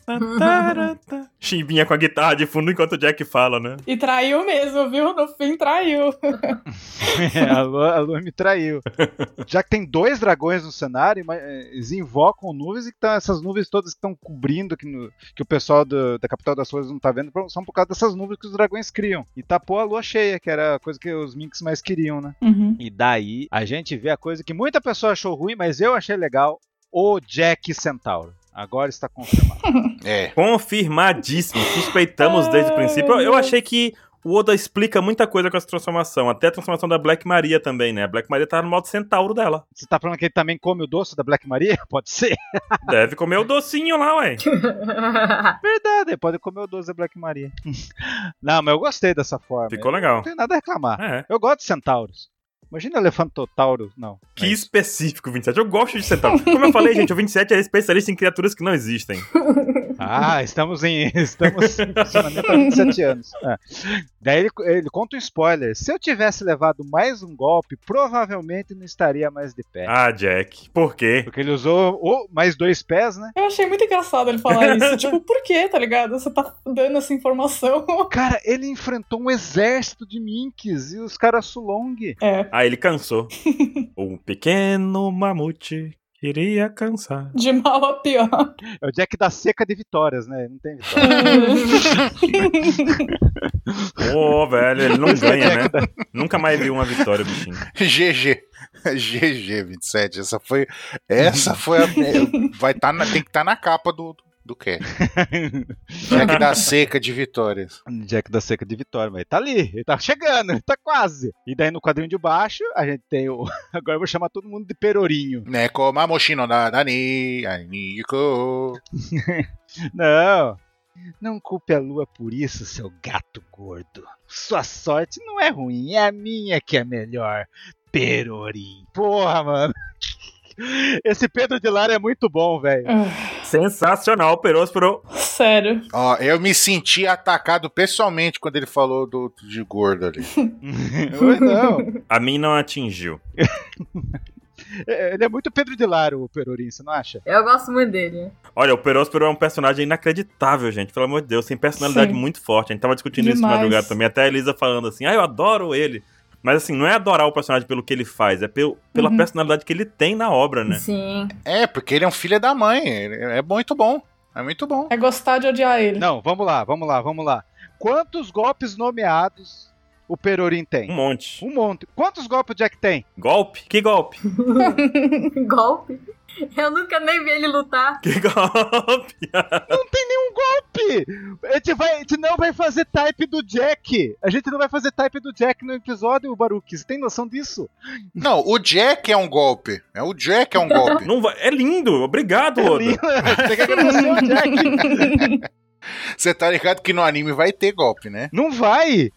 S1: Tantarata. Chimbinha com a guitarra de fundo enquanto o Jack fala, né?
S3: E traiu mesmo, viu? No fim traiu.
S2: É, a, lua, a lua me traiu. Já que tem dois dragões no cenário, ima- eh, eles invocam nuvens e que tão- essas nuvens todas que estão cobrindo, que, no- que o pessoal do- da capital das flores não tá vendo, são por causa dessas nuvens que os dragões criam. E tapou a lua cheia, que era a coisa que os minks mais queriam, né?
S3: Uhum.
S2: E daí a gente vê a coisa que muita pessoa achou ruim, mas eu achei legal: o Jack Centauro. Agora está confirmado.
S5: É.
S1: Confirmadíssimo. Suspeitamos desde o
S3: Ai,
S1: princípio. Eu,
S3: meu
S1: eu
S3: Deus.
S1: achei que o Oda explica muita coisa com essa transformação. Até a transformação da Black Maria também, né? A Black Maria tá no modo centauro dela.
S2: Você tá falando que ele também come o doce da Black Maria? Pode ser. É
S1: Deve comer o docinho lá, ué.
S2: Verdade, ele pode comer o doce da Black Maria. Não, mas eu gostei dessa forma.
S1: Ficou
S2: Não
S1: legal.
S2: tenho nada a reclamar.
S1: É.
S2: Eu gosto de centauros. Imagina elefantotauro, não.
S1: Que
S2: É isso.
S1: específico, 27. Eu gosto de centauro. Como eu falei, gente, o 27 é especialista em criaturas que não existem.
S2: Ah, estamos em, estamos em funcionamento há 27 anos. É. Daí ele, ele conta um spoiler. Se eu tivesse levado mais um golpe, provavelmente não estaria mais de pé.
S1: Ah, Jack. Por quê?
S2: Porque ele usou o- mais dois pés, né?
S3: Eu achei muito engraçado ele falar isso. tipo, por quê, tá ligado? Você tá dando essa informação.
S2: Cara, ele enfrentou um exército de minks e os caras Sulong.
S3: É.
S1: Ah, ele cansou. um pequeno mamute queria cansar.
S3: De mal a pior.
S2: É o Jack da seca de vitórias, né? Não tem vitória.
S1: Ô, velho, ele não
S2: Esse é o
S1: ganha, né?
S2: Jack da-
S1: Nunca mais viu uma vitória, bichinho.
S5: GG. GG 27. Essa foi. Essa foi a. Vai tá na- tem que estar na capa do, do que? Já que dá seca de vitórias.
S2: Jack da seca de vitória, mas ele tá ali, ele tá chegando, ele tá quase. E daí no quadrinho de baixo, a gente tem o. Agora eu vou chamar todo mundo de perorinho.
S5: Né? Como a mochino da Dani. A Nico.
S2: Não. Não culpe a lua por isso, seu gato gordo. Sua sorte não é ruim, é a minha que é melhor. Perorim. Porra, mano. Esse Pedro de Lara é muito bom, velho.
S3: Ah,
S1: Sensacional, peróspero.
S3: Sério.
S5: Ó, eu me senti atacado pessoalmente quando ele falou do, de gordo ali.
S2: Eu não.
S1: A mim não atingiu.
S2: É, Ele é muito Pedro de Lara, o Perorim, você não acha?
S4: Eu gosto muito dele.
S1: Olha, o Peróspero é um personagem inacreditável, gente. Pelo amor de Deus, tem personalidade
S3: Sim.
S1: muito forte. A gente tava discutindo isso
S3: Demais.
S1: de madrugada também. Até a Elisa falando assim, ah, eu adoro ele. Mas assim, não é adorar o personagem pelo que ele faz, é pelo, pela
S3: Uhum.
S1: personalidade que ele tem na obra, né?
S4: Sim.
S5: É, porque ele é um filho da mãe. ele É muito bom. É muito bom.
S3: É gostar de odiar ele.
S2: Não, vamos lá, vamos lá, vamos lá. Quantos golpes nomeados o Perorim tem?
S1: Um monte.
S2: Um monte. Quantos golpes o Jack tem?
S1: Golpe? Que golpe?
S4: Golpe. Eu nunca nem vi ele lutar.
S1: Que golpe?
S2: Pi, A gente, vai, a gente não vai fazer type do Jack. A gente não vai fazer type do Jack no episódio, Baruque. Você tem noção disso?
S5: Não, o Jack é um golpe. É o Jack é um golpe.
S1: Não vai- É lindo, obrigado,
S3: É
S1: Oda.
S2: Você quer que você o Jack?
S5: Você tá ligado que no anime vai ter golpe, né?
S2: Não vai.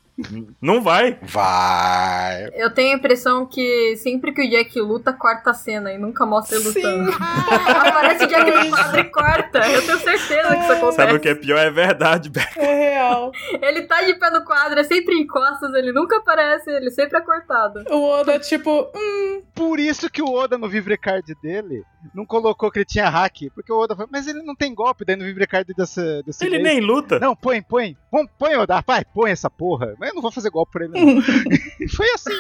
S1: Não vai.
S5: Vai.
S4: Eu tenho a impressão que sempre que o Jack luta, corta a cena e nunca mostra ele
S3: Sim.
S4: lutando. Aparece o Jack no quadro e corta. Eu tenho certeza que isso acontece.
S1: Sabe o que é pior? É verdade, Beck.
S3: É real.
S4: Ele tá de pé no quadro, é sempre em costas, ele nunca aparece, ele sempre é cortado.
S3: O Oda, é tipo, hum,
S2: Por isso que o Oda no Vivrecard dele não colocou que ele tinha hack. Porque o Oda falou, mas ele não tem golpe daí no Vivrecard dessa, desse.
S1: Ele
S2: mês.
S1: nem luta.
S2: Não, põe, põe. Põe, põe, Oda. Vai, põe essa porra. Mas eu não vou fazer golpe pra ele. Não. Foi assim.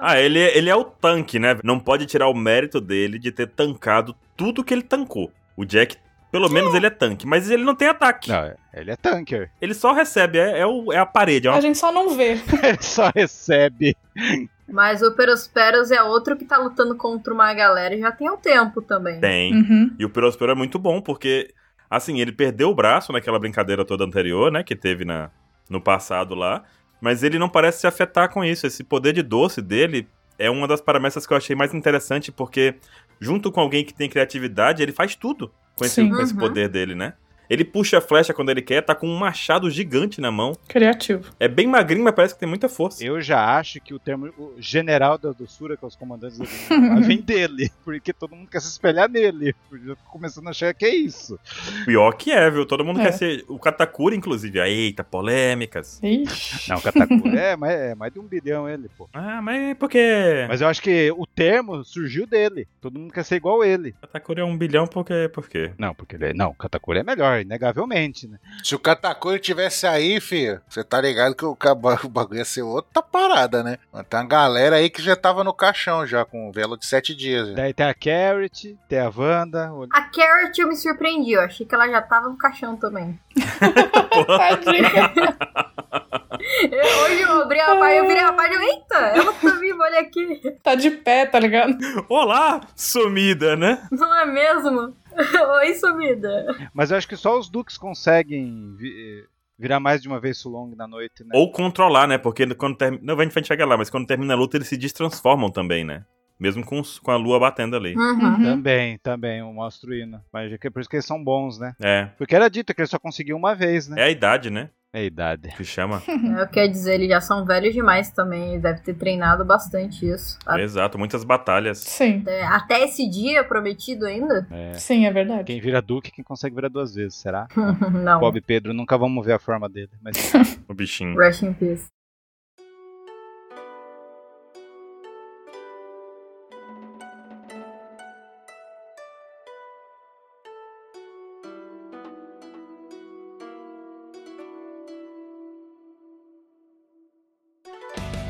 S1: Ah, ele, ele é o tanque, né? Não pode tirar o mérito dele de ter tancado tudo que ele tancou. O Jack, pelo menos, ele é tanque, mas ele não tem ataque.
S2: Não, ele é tanker.
S1: Ele só recebe, é, é o- é a parede. É
S3: a
S1: uma...
S3: gente só não vê.
S2: Ele só recebe.
S4: Mas o Perosperos é outro que tá lutando contra uma galera e já tem um tempo também.
S1: Tem.
S3: Uhum.
S1: E o Perospero é muito bom, porque, assim, ele perdeu o braço naquela brincadeira toda anterior, né? Que teve na, no passado lá. Mas ele não parece se afetar com isso. Esse poder de doce dele. é uma das paramestras que eu achei mais interessante, porque junto com alguém que tem criatividade, ele faz tudo com esse,
S3: Sim.
S1: com esse
S4: Uhum.
S1: poder dele, né? Ele puxa a flecha quando ele quer, tá com um machado gigante na mão.
S3: Criativo.
S1: É bem magrinho, mas parece que tem muita força.
S2: Eu já acho que o termo o general da doçura, que é os comandantes do Vietnã, vem dele, porque todo mundo quer se espelhar nele. Porque eu tô começando a achar que é isso.
S1: Pior que é, viu? Todo mundo
S3: É.
S1: quer ser. O Katakura, inclusive. Ah, Eita, polêmicas.
S3: Ixi.
S2: Não, Katakuri é, mas é mais de um bilhão ele, pô.
S1: Ah, mas é porque.
S2: Mas eu acho que o termo surgiu dele. Todo mundo quer ser igual ele.
S1: Katakura é um bilhão porque. Por quê?
S2: Não, porque ele é- não, Katakuri é melhor, inegavelmente, né?
S5: Se o Katakuri tivesse aí, filho, você tá ligado que o, caba- o bagulho ia ser outra parada, né? Mas Tem uma galera aí que já tava no caixão já, com um velo de sete dias. né?
S2: Daí tem a Carrot, tem a Wanda. o-
S4: A Carrot eu me surpreendi, eu achei que ela já tava no caixão também.
S3: Tadinha.
S4: Eu- hoje eu abri a página, eu virei a página, eu, eita, ela tá viva, olha aqui.
S3: Tá de pé, tá ligado?
S1: Olá, sumida, né?
S4: Não é mesmo? Oi, sumida.
S2: Mas eu acho que só os Dukes conseguem vi- eh, virar mais de uma vez Sulong na noite, né?
S1: Ou controlar, né? Porque quando termina. Não, a gente vai chegar lá, mas quando termina a luta, eles se destransformam também, né? Mesmo com, os- com a lua batendo ali.
S4: Uhum.
S2: Também, também, o Monstruíno. Mas é que- por isso que eles são bons, né?
S1: É.
S2: Porque era dito que ele só conseguiu uma vez, né?
S1: É a idade, né?
S2: É a idade.
S1: Que chama.
S4: É, Eu quero dizer, eles já são velhos demais também, eles devem ter treinado bastante isso. A-
S1: Exato, muitas batalhas.
S3: Sim.
S4: é, Até esse dia prometido ainda?
S3: Sim, é verdade.
S2: Quem vira Duque, quem consegue virar duas vezes, será?
S4: Não.
S2: Bob e Pedro, nunca vamos ver a forma dele. Mas
S1: O bichinho.
S4: Rest in peace.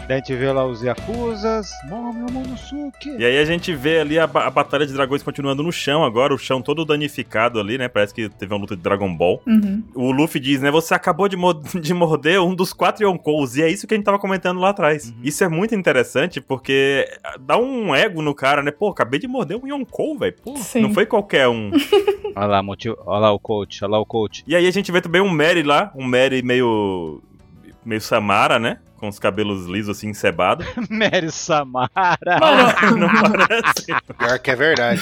S2: daí a gente vê lá os Yakuzas. Mó, meu Monosuke.
S1: E aí a gente vê ali a, ba- a batalha de dragões continuando no chão agora, o chão todo danificado ali, né? Parece que teve uma luta de Dragon Ball.
S3: Uhum.
S1: O Luffy diz, né? Você acabou de, mo- de morder um dos quatro Yonkous. E é isso que a gente tava comentando lá atrás.
S2: Uhum.
S1: Isso é muito interessante, porque dá um ego no cara, né? Pô, acabei de morder um Yonkou, velho. Pô,
S3: Sim.
S1: não foi qualquer um.
S2: Olha lá, motivo, olha lá o coach, olha lá o coach.
S1: e aí a gente vê também um Mary lá, um Mary meio. meio Samara, né? Com os cabelos lisos assim, encebados.
S2: Mary Samara.
S3: Mano,
S1: não parece?
S5: Pior que é verdade.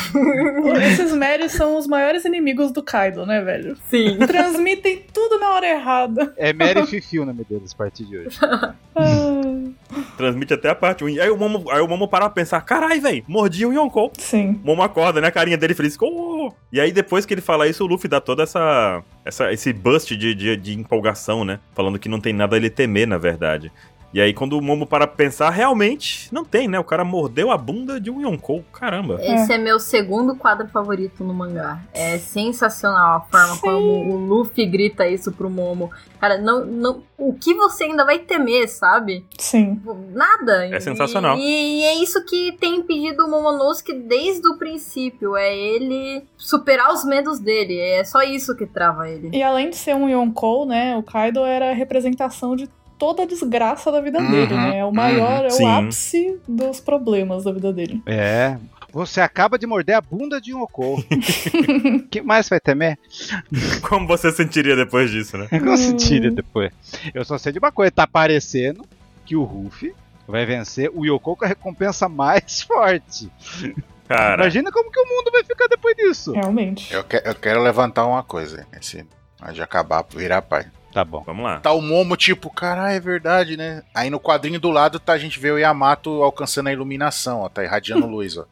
S3: esses Marys são os maiores inimigos do Kaido, né, velho?
S4: Sim.
S3: Transmitem tudo na hora errada.
S2: É Mary Fifi o nome deles a partir de hoje.
S3: Ah,
S1: Transmite até a parte ruim. Aí o Momo, aí o Momo para pra pensar: carai, velho, mordi um Yonkou.
S3: Sim.
S1: Momo acorda, né? A carinha dele feliz. "Oh!" E aí, depois que ele fala isso, o Luffy dá toda essa. essa esse bust de, de, de empolgação, né? Falando que não tem nada a ele temer, na verdade. E aí, quando o Momo para pra pensar, realmente não tem, né? O cara mordeu a bunda de um Yonkou. Caramba.
S4: Esse é. meu segundo quadro favorito no mangá. É sensacional a forma
S3: Sim.
S4: como o Luffy grita isso pro Momo. Cara, não, não, o que você ainda vai temer, sabe?
S3: Sim.
S4: Tipo, Nada.
S1: É sensacional.
S4: E, e é isso que tem impedido o Momonosuke desde o princípio. É ele superar os medos dele. É só isso que trava ele.
S3: E além de ser um Yonkou, né, o Kaido era a representação de toda a desgraça da vida dele,
S5: Uhum,
S3: né? É o maior, é
S1: Sim.
S3: o ápice dos problemas da vida dele.
S2: É. Você acaba de morder a bunda de um Oco. que mais vai temer?
S1: Como você sentiria depois disso, né?
S2: Eu se tira depois. Eu só sei de uma coisa, tá parecendo que o Ruffy vai vencer o Yoko com a recompensa mais forte.
S1: Cara.
S2: Imagina como que o mundo vai ficar depois disso.
S3: É. Realmente.
S5: Eu, que- eu quero levantar uma coisa, esse, antes de acabar, virar a página.
S2: Tá bom.
S1: Vamos lá.
S5: Tá o Momo, tipo, caralho, é verdade, né? Aí no quadrinho do lado tá a gente vê o Yamato alcançando a iluminação, ó, tá irradiando luz, ó.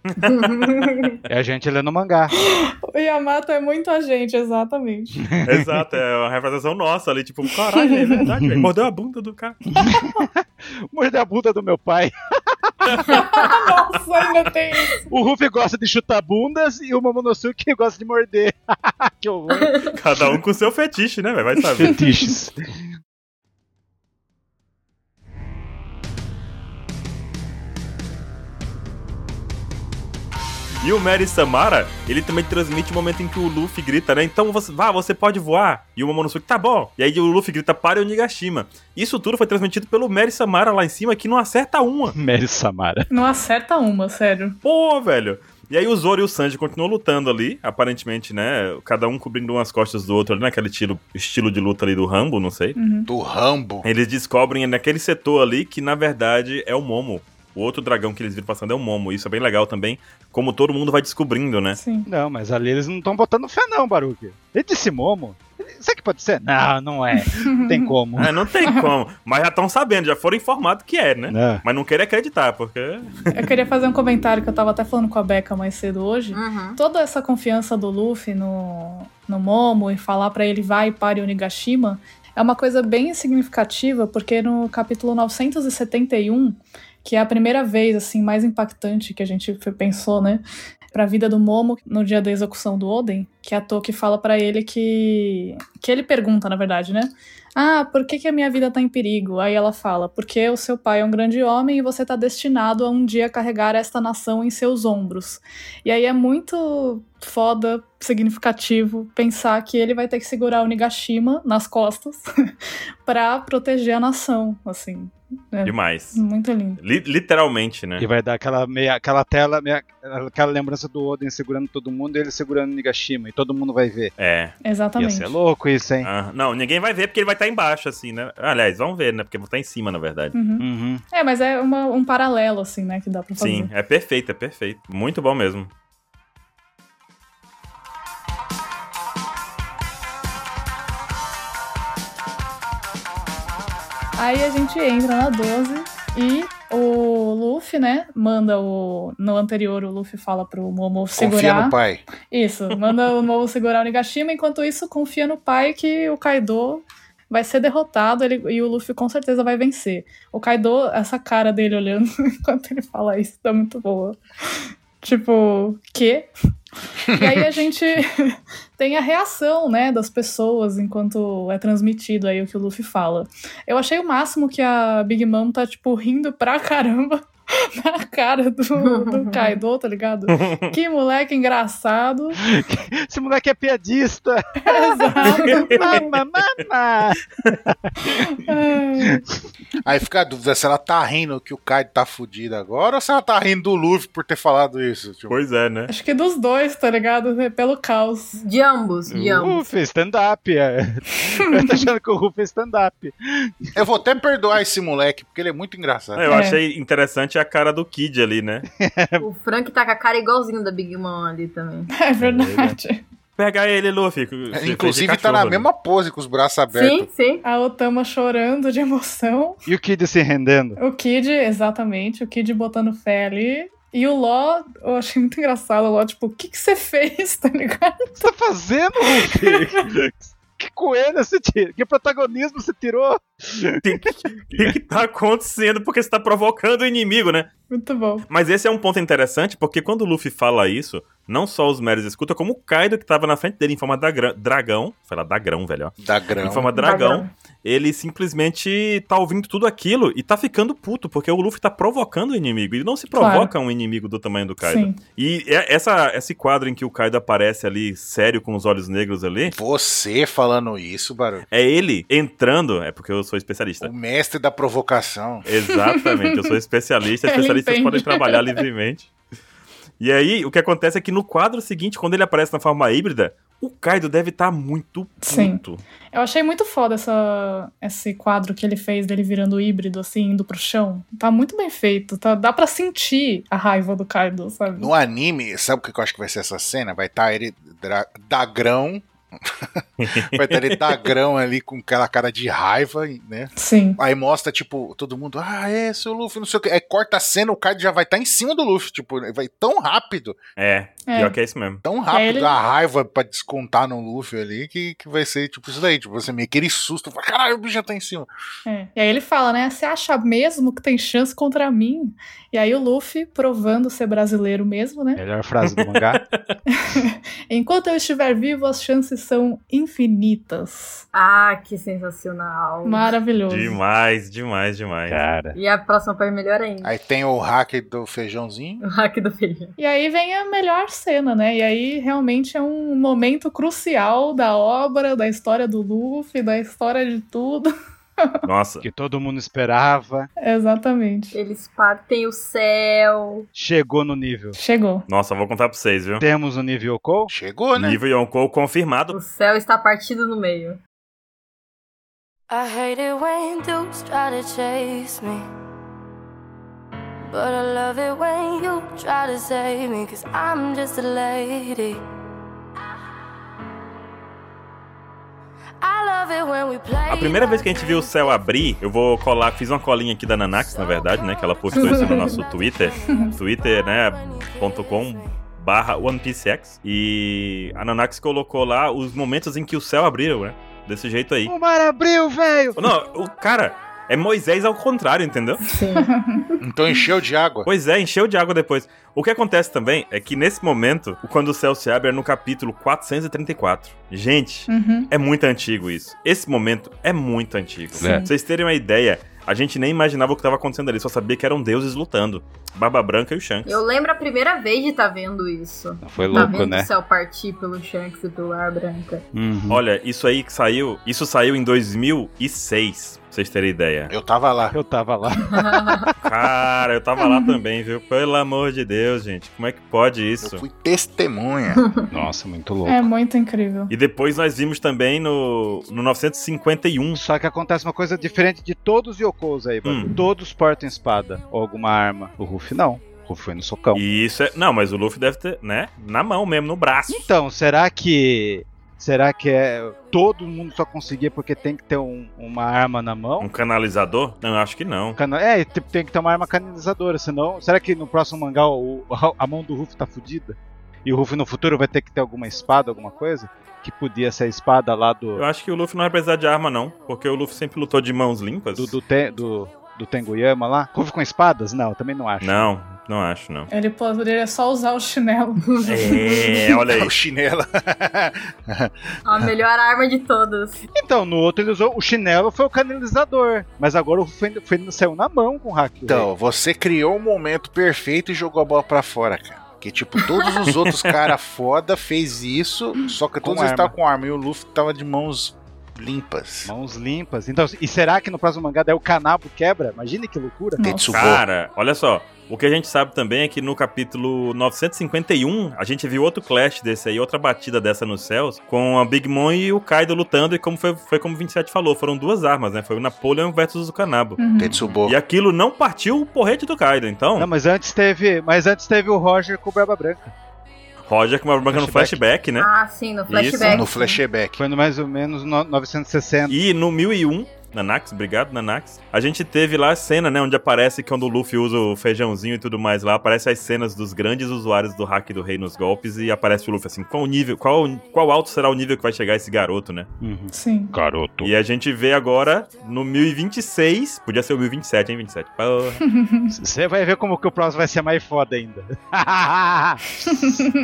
S2: É a gente lendo mangá.
S3: O Yamato é muito a gente, exatamente.
S1: Exato, é uma representação nossa ali, tipo, caralho, é verdade, velho. Mordeu a bunda do cara.
S2: Morder a bunda do meu pai.
S3: Nossa, ainda tem.
S2: O Ruffy gosta de chutar bundas e o Momonosuke gosta de morder. que horror.
S1: Cada um com seu fetiche, né, velho? Vai saber.
S2: Fetiches.
S1: E o Mary Samara, ele também transmite o momento em que o Luffy grita, né? Então você, vá, você pode voar. E o Momonosuke, tá bom. E aí o Luffy grita, para o Nigashima. Isso tudo foi transmitido pelo Mary Samara lá em cima, que não acerta uma.
S2: Mary Samara.
S3: Não acerta uma, sério.
S1: Pô, velho. E aí o Zoro e o Sanji continuam lutando ali, aparentemente, né? Cada um cobrindo umas costas do outro ali, naquele estilo, estilo de luta ali do Rambo, não sei.
S5: Do Rambo.
S1: Eles descobrem naquele setor ali que, na verdade, é o Momo. O outro dragão que eles viram passando é o Momo. Isso é bem legal também, como todo mundo vai descobrindo, né?
S3: Sim.
S2: Não, mas ali eles não estão botando fé, não, Baruque. Ele disse Momo. Ele- Será que pode ser? Não, não é. Não tem como.
S1: É, não tem como. Mas já estão sabendo, já foram informados que é, né?
S2: Não.
S1: Mas não querem acreditar, porque. é
S3: Eu queria fazer um comentário que eu tava até falando com a Becca mais cedo hoje.
S4: Uhum.
S3: Toda essa confiança do Luffy no, no Momo e falar pra ele vai para Onigashima é uma coisa bem significativa, porque no capítulo 971, que é a primeira vez assim mais impactante que a gente fe- pensou, né, Pra vida do Momo no dia da execução do Oden, que é a Toki fala pra ele que que ele pergunta, na verdade, né? Ah, por que, que a minha vida tá em perigo? Aí ela fala, porque o seu pai é um grande homem e você tá destinado a um dia carregar esta nação em seus ombros. E aí é muito foda, significativo, pensar que ele vai ter que segurar o Nigashima nas costas pra proteger a nação, assim.
S1: Demais.
S3: Muito lindo.
S1: Li- literalmente, né?
S2: E vai dar aquela, meia, aquela tela, meia- aquela lembrança do Oden segurando todo mundo e ele segurando o Nigashima. E todo mundo vai ver.
S1: É.
S2: Ia
S3: Exatamente.
S2: ser louco isso, hein?
S1: Ah, não, ninguém vai ver porque ele vai estar embaixo, assim, né? Aliás, vamos ver, né? Porque vou estar em cima, na verdade.
S3: Uhum.
S2: Uhum.
S3: É, mas é uma- um paralelo, assim, né, que dá pra fazer.
S1: Sim, é perfeito, é perfeito. Muito bom mesmo.
S3: Aí a gente entra na 12 e o Luffy, né, manda o... No anterior, o Luffy fala pro Momo segurar...
S5: Confia no pai.
S3: Isso, manda o Momo segurar o Nigashima, enquanto isso confia no pai que o Kaido vai ser derrotado ele, e o Luffy com certeza vai vencer. O Kaido, essa cara dele olhando enquanto ele fala isso, tá muito boa. Tipo, quê? E aí a gente tem a reação, né, das pessoas enquanto é transmitido aí o que o Luffy fala. Eu achei o máximo que a Big Mom tá, tipo, rindo pra caramba na cara do, do Kaido, tá ligado? Que moleque engraçado.
S2: Esse moleque é piadista!
S3: Exato.
S2: mama, mama!
S3: É.
S5: Aí fica a dúvida se ela tá rindo que o Kaido tá fudido agora ou se ela tá rindo do Luffy por ter falado isso. Tipo,
S1: Pois é, né?
S3: Acho que dos dois, tá ligado? É Pelo caos.
S4: De ambos, de
S1: Uhum.
S4: ambos.
S2: Ruff, stand-up. é. Eu tô achando que o Ruff é stand-up.
S5: eu vou até perdoar esse moleque, porque ele é muito engraçado.
S1: Eu
S3: É.
S1: achei interessante a cara do Kid ali, né?
S4: O Frank tá com a cara igualzinho da Big Mom ali também.
S3: É verdade.
S1: Pega ele, Luffy.
S5: É, Inclusive tá na
S1: né?
S5: mesma pose com os braços abertos.
S4: Sim, sim.
S3: A Otama chorando de emoção.
S2: E o Kid se rendendo.
S3: O Kid, exatamente. O Kid botando fé ali. E o Ló, eu achei muito engraçado. O Ló, tipo, o que que você fez, tá ligado?
S2: O que você tá fazendo, Ruff? que coelho você tirou? Que protagonismo você tirou?
S1: O que, que tá acontecendo? Porque você tá provocando o inimigo, né?
S3: Muito bom.
S1: Mas esse é um ponto interessante, porque quando o Luffy fala isso, não só os meros escutam, como o Kaido, que tava na frente dele em forma da gra- dragão. Foi lá, dagrão, velho, ó.
S5: Da
S1: Em
S5: grama.
S1: forma dragão. ele simplesmente tá ouvindo tudo aquilo e tá ficando puto, porque o Luffy tá provocando o inimigo. Ele não se provoca um inimigo do tamanho do Kaido.
S3: Sim.
S1: E é- essa, esse quadro em que o Kaido aparece ali, sério, com os olhos negros ali,
S5: Você falando isso, barulho.
S1: é ele entrando. É porque eu sou especialista.
S5: O mestre da provocação.
S1: Exatamente, eu sou especialista,
S3: Ele
S1: especialistas
S3: entende.
S1: podem trabalhar livremente. E aí, o que acontece é que no quadro seguinte, quando ele aparece na forma híbrida, o Kaido deve estar muito
S3: Sim.
S1: puto.
S3: Eu achei muito foda essa, esse quadro que ele fez dele virando híbrido, assim, indo pro chão. Tá muito bem feito. Tá, dá pra sentir a raiva do Kaido, sabe?
S5: No anime, sabe o que eu acho que vai ser essa cena? Vai estar ele dra- dagrão. vai estar ele dagrão ali com aquela cara de raiva, né?
S3: Sim.
S5: Aí mostra, tipo, todo mundo, ah, é, seu Luffy, não sei o que. Aí corta a cena, o Kaido já vai estar em cima do Luffy, tipo, ele vai tão rápido,
S1: É,
S3: É.
S1: pior que é isso mesmo.
S5: tão rápido
S3: ele-
S5: a raiva pra descontar no Luffy ali, que, que vai ser, tipo, isso daí, tipo, você meio aquele susto, fala, caralho, o bicho já tá em cima.
S3: É. E aí ele fala, né? Você acha mesmo que tem chance contra mim? E aí o Luffy, provando ser brasileiro mesmo, né?
S2: Melhor frase do mangá.
S3: Enquanto eu estiver vivo, as chances são infinitas.
S4: Ah, que sensacional.
S3: Maravilhoso.
S1: Demais, demais, demais.
S2: Cara.
S4: E a próxima foi melhor ainda.
S5: Aí tem o hack do feijãozinho.
S4: O hack do feijão.
S3: E aí vem a melhor cena, né? E aí realmente é um momento crucial da obra, da história do Luffy, da história de tudo.
S1: Nossa.
S2: Que todo mundo esperava.
S3: Exatamente.
S4: Eles partem o céu.
S2: Chegou no nível.
S3: Chegou.
S1: Nossa, eu vou contar pra vocês, viu?
S2: Temos o nível Yoko.
S5: Chegou, né?
S1: Nível Yonkou confirmado.
S4: O céu está partido no meio.
S7: I hate it when dudes try to chase me. But I love it when you try to save me, cause I'm just a lady. I love it when we play.
S1: A primeira vez que a gente viu o céu abrir, eu vou colar, fiz uma colinha aqui da Nanax, na verdade, né? Que ela postou isso no nosso Twitter. Twitter, né? ponto com barra One Piece X. E a Nanax colocou lá os momentos em que o céu abriu, né? Desse jeito aí.
S2: O mar abriu, velho!
S1: Não, o cara é Moisés ao contrário, entendeu?
S4: Sim.
S5: Então encheu de água.
S1: Pois é, encheu de água depois. O que acontece também é que nesse momento, o quando o céu se abre é no capítulo 434. Gente,
S3: Uhum.
S1: é muito antigo isso. Esse momento é muito antigo.
S8: Sim. É.
S1: Pra vocês terem uma ideia, a gente nem imaginava o que tava acontecendo ali, só sabia que eram deuses lutando. Barba Branca e o Shanks.
S4: Eu lembro a primeira vez de estar vendo isso.
S8: Foi
S4: Tá
S8: louco,
S4: vendo o
S8: né?
S4: céu partir pelo Shanks e pelo Ar Branca.
S8: Uhum.
S1: Olha, isso aí que saiu, isso saiu em 2006, pra vocês terem ideia.
S5: Eu tava lá.
S2: Eu tava lá.
S1: Cara, eu tava lá também, viu? Pelo amor de Deus, gente. Como é que pode isso?
S5: Eu fui testemunha.
S8: Nossa, muito louco.
S3: É muito incrível.
S1: E depois nós vimos também no, no 951.
S2: É. Só que acontece uma coisa diferente de todos os Yokos aí, mano.
S1: Hum.
S2: Todos portam espada ou alguma arma. O Ruff não. O Ruff foi no socão.
S1: E isso é. Não, mas o Luffy deve ter, né? Na mão mesmo, no braço.
S2: Então, será que. Será que é todo mundo só conseguir porque tem que ter um- uma arma na mão?
S1: Um canalizador? Não, eu acho que não.
S2: Cana- É, tem- tem que ter uma arma canalizadora, senão. Será que no próximo mangá o- a- a mão do Ruff tá fudida? E o Ruff no futuro vai ter que ter alguma espada, alguma coisa? Que podia ser a espada lá do.
S1: Eu acho que o Luffy não vai precisar de arma, não. Porque o Luffy sempre lutou de mãos limpas.
S2: do, do, te, do, do Tenguyama lá? Ruff com espadas? Não, eu também não acho.
S1: Não, não acho, não.
S3: Ele poderia só usar o chinelo.
S1: É, olha aí.
S5: O chinelo.
S4: A melhor arma de todas.
S2: Então, no outro ele usou. O chinelo foi o canalizador. Mas agora o Ruff foi, foi- saiu na mão com o hack.
S5: Então, você criou o momento perfeito e jogou a bola pra fora, cara. Que tipo, todos os outros cara foda fez isso, só que
S2: Com
S5: todos eles
S2: arma.
S5: estavam com arma e o Luffy tava de mãos limpas.
S2: Mãos limpas. Então, e será que no próximo mangá daí o canabo quebra? Imagine que loucura.
S3: Nossa.
S5: Tetsubo.
S1: Cara, olha só. O que a gente sabe também é que no capítulo 951, a gente viu outro clash desse aí, outra batida dessa nos céus, com a Big Mom e o Kaido lutando, e como foi, foi como o 27 falou, foram duas armas, né? Foi o Napoleon versus o Kanabo.
S3: Uhum.
S5: Tetsubo.
S1: E aquilo não partiu o porrete do Kaido, então.
S2: Não, mas antes teve, mas antes teve o Roger com o Barba Branca.
S1: Roger com uma branca no flashback, né?
S4: Ah, sim, no flashback.
S5: No flashback.
S2: Foi no mais ou menos no 960.
S1: E no 1001, Nanax, obrigado, Nanax. A gente teve lá a cena, né? Onde aparece quando o Luffy usa o feijãozinho e tudo mais lá. Aparece as cenas dos grandes usuários do hack do rei nos golpes. E aparece o Luffy assim: qual o nível, qual, qual alto será o nível que vai chegar esse garoto, né?
S3: Sim.
S8: Garoto.
S1: E a gente vê agora no 1026. Podia ser o 1027, hein? 27. Porra.
S2: Você vai ver como que o próximo vai ser mais foda ainda.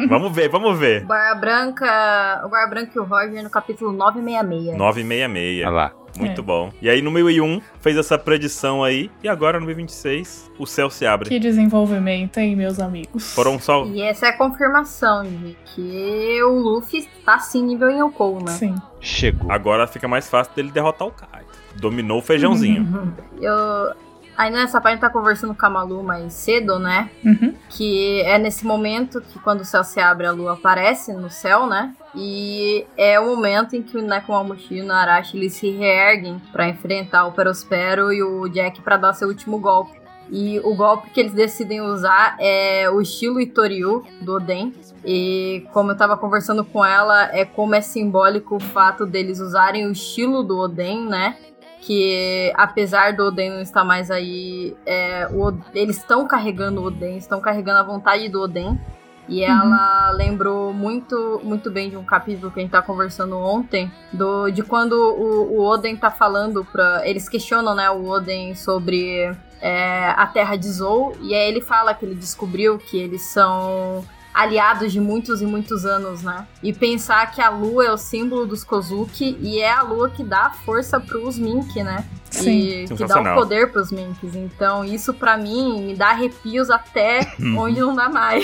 S1: vamos ver, vamos ver.
S4: Barra Branca, o Barra Branca e o Roger no capítulo 966.
S1: 966.
S8: Olha lá.
S1: Muito
S3: É.
S1: bom. E aí no 1001 fez essa predição aí. E agora no 1026 o céu se abre.
S3: Que desenvolvimento, hein, meus amigos?
S1: Foram só.
S4: E essa é a confirmação de que o Luffy tá sim nível Yonkou, né?
S3: Sim.
S2: Chegou.
S1: Agora fica mais fácil dele derrotar o Kaido. Dominou o feijãozinho.
S4: Eu. Aí nessa parte tá conversando com a Malu mais cedo, né?
S3: Uhum.
S4: Que é nesse momento que quando o céu se abre, a lua aparece no céu, né? E é o momento em que o Nekomamushi e o Narashi eles se reerguem pra enfrentar o Perospero e o Jack pra dar seu último golpe. E o golpe que eles decidem usar é o estilo Itoriu do Oden. E como eu tava conversando com ela, é como é simbólico o fato deles usarem o estilo do Oden, né? que apesar do Oden não estar mais aí, é, o Od- eles estão carregando o Oden, estão carregando a vontade do Oden. E ela lembrou muito muito bem de um capítulo que a gente tá conversando ontem, do, de quando o, o Oden tá falando pra. Eles questionam, né, o Oden sobre é, a terra de Zou, e aí ele fala que ele descobriu que eles são aliados de muitos e muitos anos, né? E pensar que a lua é o símbolo dos Kozuki e é a lua que dá força pros Mink, né?
S3: Sim.
S4: E que dá o
S1: Sensacional.
S4: poder pros Minks. Então, isso pra mim me dá arrepios até
S1: Hum.
S4: onde não dá mais.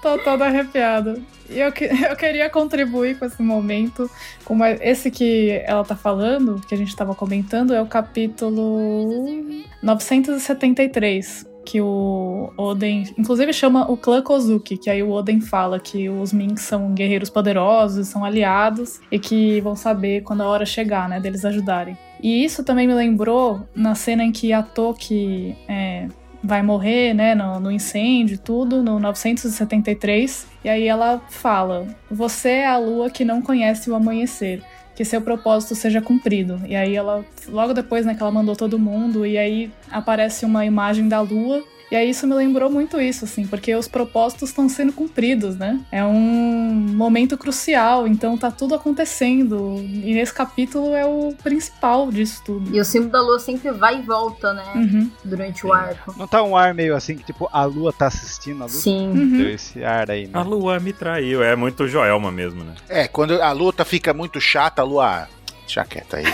S3: Tô toda arrepiada. E eu, que- eu queria contribuir com esse momento. Com uma- esse que ela tá falando, que a gente tava comentando, é o capítulo 973. Que o Oden, inclusive, chama o clã Kozuki. Que aí o Oden fala que os Minks são guerreiros poderosos, são aliados e que vão saber quando a hora chegar, né? Deles ajudarem. E isso também me lembrou na cena em que a Toki é, vai morrer, né, no, no incêndio e tudo, no 973. E aí ela fala: Você é a lua que não conhece o amanhecer. Que seu propósito seja cumprido. E aí ela, logo depois, né, que ela mandou todo mundo, e aí aparece uma imagem da lua e aí isso me lembrou muito isso, assim, porque os propósitos estão sendo cumpridos, né? É um momento crucial, então tá tudo acontecendo. E nesse capítulo é o principal disso tudo.
S4: E o símbolo da lua sempre vai e volta, né?
S3: Uhum.
S4: Durante o arco.
S2: Não tá um ar meio assim que, tipo, a lua tá assistindo a lua?
S4: Sim.
S3: Uhum.
S2: Deu esse ar aí,
S1: A
S2: né?
S1: lua me traiu. É muito Joelma mesmo, né?
S5: É, quando a luta fica muito chata, a lua. ah, Deixa quieto aí.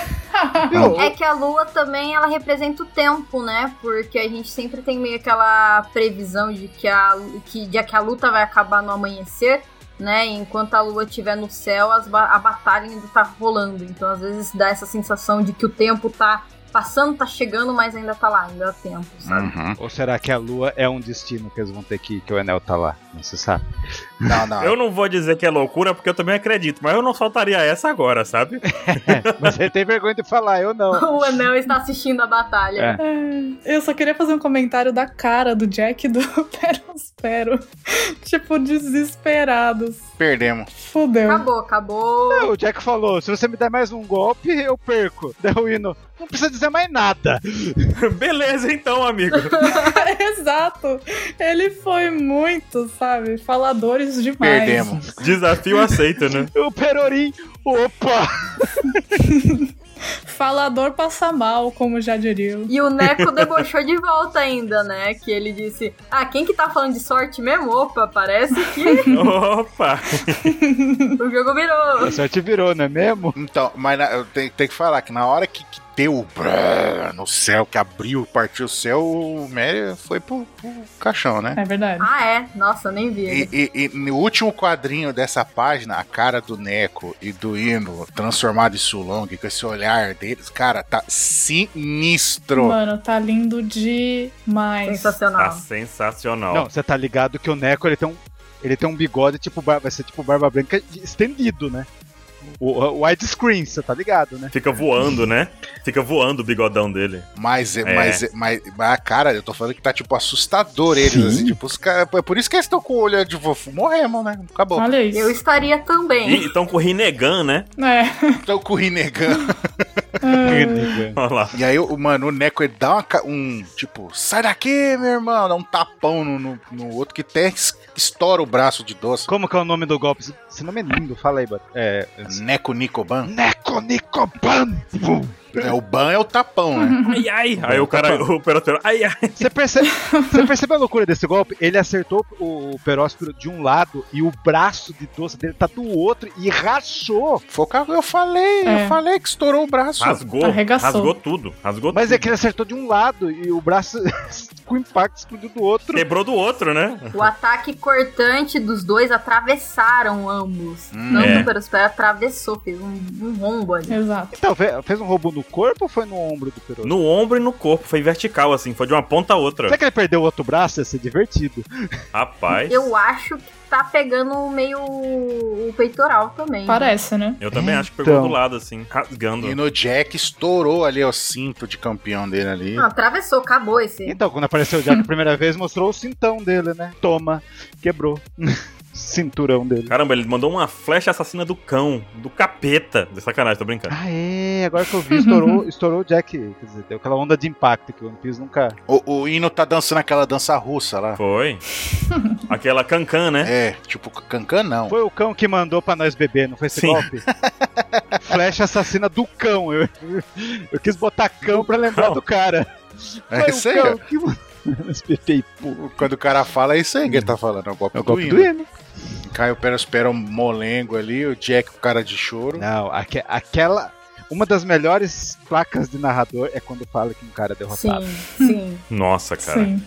S2: Viu?
S4: É que a lua também ela representa o tempo, né? Porque a gente sempre tem meio aquela previsão de que a, que, de que a luta vai acabar no amanhecer, né? E enquanto a lua estiver no céu, as ba- a batalha ainda tá rolando. Então às vezes dá essa sensação de que o tempo tá passando, tá chegando, mas ainda tá lá, ainda há tempo, sabe?
S5: Uhum.
S2: Ou será que a lua é um destino que eles vão ter que ir, que o Enel tá lá? Não se sabe.
S5: Não, não.
S1: Eu não vou dizer que é loucura, porque eu também acredito, mas eu não soltaria essa agora, sabe?
S2: Mas ele tem vergonha de falar, eu não.
S4: O anel está assistindo a batalha.
S2: É.
S3: Eu só queria fazer um comentário da cara do Jack do Pero Espero. tipo, desesperados.
S5: Perdemos.
S3: Fudeu.
S4: Acabou, acabou.
S2: O Jack falou: se você me der mais um golpe, eu perco. Daí o Hino, não precisa dizer mais nada.
S1: Beleza, então, amigo.
S3: Exato. Ele foi muito, sabe? Faladores demais.
S5: Perdemos.
S1: Desafio aceito, né?
S2: O Perorim, opa!
S3: Falador passa mal, como já diria.
S4: E o Neco debochou de volta ainda, né? Que ele disse: Ah, quem que tá falando de sorte mesmo? Opa, parece que
S1: Opa!
S4: o jogo virou.
S2: A sorte virou, não é mesmo?
S5: Então, mas na- eu tenho, tenho que falar que na hora que, que deu o brrr no céu, que abriu, partiu o céu, o Mery foi pro, pro caixão, né?
S3: É verdade.
S4: Ah, é? Nossa, nem vi. ele.
S5: E, e- e no último quadrinho dessa página, a cara do Neco e do Hino transformado em Sulong, com esse olhar deles, cara, tá sinistro.
S3: Mano, tá lindo demais.
S1: Tá
S4: Sensacional.
S1: sensacional.
S2: Não, você tá ligado que o Neco ele tem um, ele tem um bigode tipo bar- vai ser tipo barba branca de- estendido, né? O, o widescreen, você tá ligado, né?
S1: Fica voando, né? Fica voando o bigodão dele.
S5: Mas,
S1: É.
S5: mas, mas, mas, a cara, eu tô falando que tá, tipo, assustador eles,
S2: Sim.
S5: assim, tipo, os caras, é por isso que eles estão com o olho de vovô, morremos, né? Acabou.
S3: Olha isso.
S4: Eu estaria também.
S1: E estão com o Rinnegan, né?
S3: É.
S5: Estão com o Rinnegan.
S2: é.
S1: Olha lá.
S5: E aí, o, mano, o Neco, ele dá uma, ca- um, tipo, sai daqui, meu irmão, dá um tapão no, no, no outro, que até es- estoura o braço de doce.
S2: Como que é o nome do golpe? Esse nome é lindo, fala aí, Bato. É.
S5: Neco Nicoban.
S2: Neco Nicoban! Bum!
S5: É, o ban é o tapão, né?
S1: Ai, ai. Aí o cara, o operatório. Ai, ai.
S2: Você percebe, você percebe a loucura desse golpe? Ele acertou o peróspero de um lado e o braço de doce dele tá do outro e rachou.
S5: Foi o que eu falei,
S3: É.
S5: eu falei que estourou o braço.
S1: Rasgou.
S3: Arregaçou.
S1: Rasgou tudo. Rasgou
S2: Mas
S1: tudo.
S2: é que ele acertou de um lado e o braço com impacto explodiu do outro.
S1: Quebrou do outro, né?
S4: O ataque cortante dos dois atravessaram ambos.
S5: Hum,
S4: Não
S1: é.
S4: o Perospero atravessou, fez um, um rombo ali.
S3: Exato.
S2: Então, fe- fez um roubo no corpo ou foi no ombro do peróspero?
S1: No ombro e no corpo. Foi vertical, assim. Foi de uma ponta a outra.
S2: Será que ele perdeu o outro braço? Ia ser divertido.
S1: Rapaz.
S4: Eu acho que tá pegando meio o peitoral também.
S3: Parece, né?
S1: Eu também acho que pegou
S2: Então.
S1: do lado, assim. Rasgando.
S5: E no Jack estourou ali ó, o cinto de campeão dele ali.
S4: Não, atravessou, acabou esse.
S2: Então, quando apareceu o Jack a primeira vez, mostrou o cintão dele, né? Toma, quebrou. Cinturão dele.
S1: Caramba, ele mandou uma flecha assassina do cão, do capeta. De sacanagem, tô brincando.
S2: Ah, é, agora que eu vi, estourou, estourou o Jack. Quer dizer, deu aquela onda de impacto que o One Piece nunca.
S5: O, o Hino tá dançando aquela dança russa lá.
S1: Foi. Aquela cancan, né?
S5: É, tipo, cancan não.
S2: Foi o cão que mandou pra nós beber, não foi esse
S1: Sim.
S2: golpe? Flecha assassina do cão. Eu, eu quis botar cão pra lembrar
S1: cão.
S2: do cara.
S5: É
S2: foi
S5: isso
S2: o
S5: aí,
S2: cão que mandou nós beber e pô.
S5: Quando o cara fala, é isso aí que ele tá falando. É o golpe,
S2: É o golpe
S5: do
S2: do
S5: Hino.
S2: hino.
S5: Cai o Perospera um molengo ali, o Jack com cara de choro.
S2: Não, aque- aquela. Uma das melhores placas de narrador é quando fala que um cara é derrotado.
S4: Sim, sim.
S1: Nossa, cara.
S3: Sim.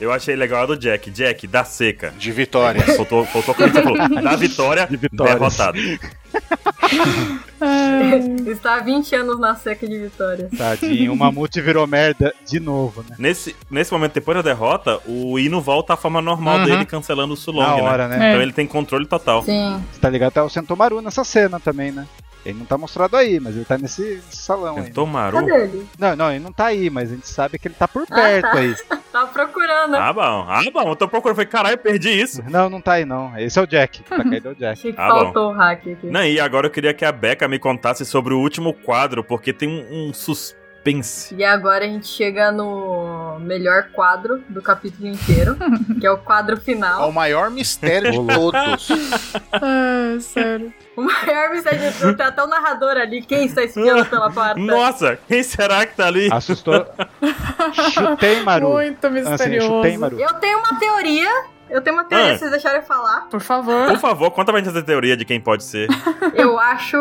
S1: Eu achei legal a do Jack. Jack, da seca.
S5: De vitória.
S1: Soltou, soltou quando você falou. Da vitória,
S2: De vitórias.
S1: derrotado.
S3: É.
S4: Está há 20 anos na seca de vitórias.
S2: Tadinho, o mamute virou merda de novo, né?
S1: Nesse, nesse momento, depois da derrota, o Ino volta à forma normal
S5: Uhum.
S1: dele, cancelando o Sulong,
S2: Na
S1: né?
S2: hora, né?
S3: É.
S1: Então ele tem controle total.
S4: Sim.
S2: Você tá ligado? Tá o Sentomaru nessa cena também, né? Ele não tá mostrado aí, mas ele tá nesse nesse salão aí.
S1: Tentou Maru?
S4: Cadê ele?
S2: Não, não, ele não tá aí, mas a gente sabe que ele tá por perto aí.
S4: Tava Tá procurando.
S1: Ah, bom. Ah, bom. Eu tô procurando. Falei, caralho, perdi isso.
S2: Não, não tá aí não. Esse é o Jack. Tá caído é o Jack.
S4: Achei que
S1: Ah,
S4: faltou o hack aqui.
S1: Não, e agora eu queria que a Becca me contasse sobre o último quadro, porque tem um, um suspense.
S4: E agora a gente chega no melhor quadro do capítulo inteiro, que é o quadro
S5: É o
S4: final.
S5: maior mistério de todos.
S3: Ah, sério.
S4: O maior mistério de tudo, tem até o narrador ali, quem está espiando pela porta.
S1: Nossa, quem será que tá ali?
S2: Assustou. chutei, Maru.
S3: Muito
S2: Assim,
S3: misterioso.
S2: chutei, Maru.
S4: Eu tenho uma teoria, eu tenho uma teoria,
S1: Ah.
S4: se vocês deixarem eu falar.
S3: Por favor.
S1: Por favor, conta pra gente essa teoria de quem pode ser.
S4: Eu acho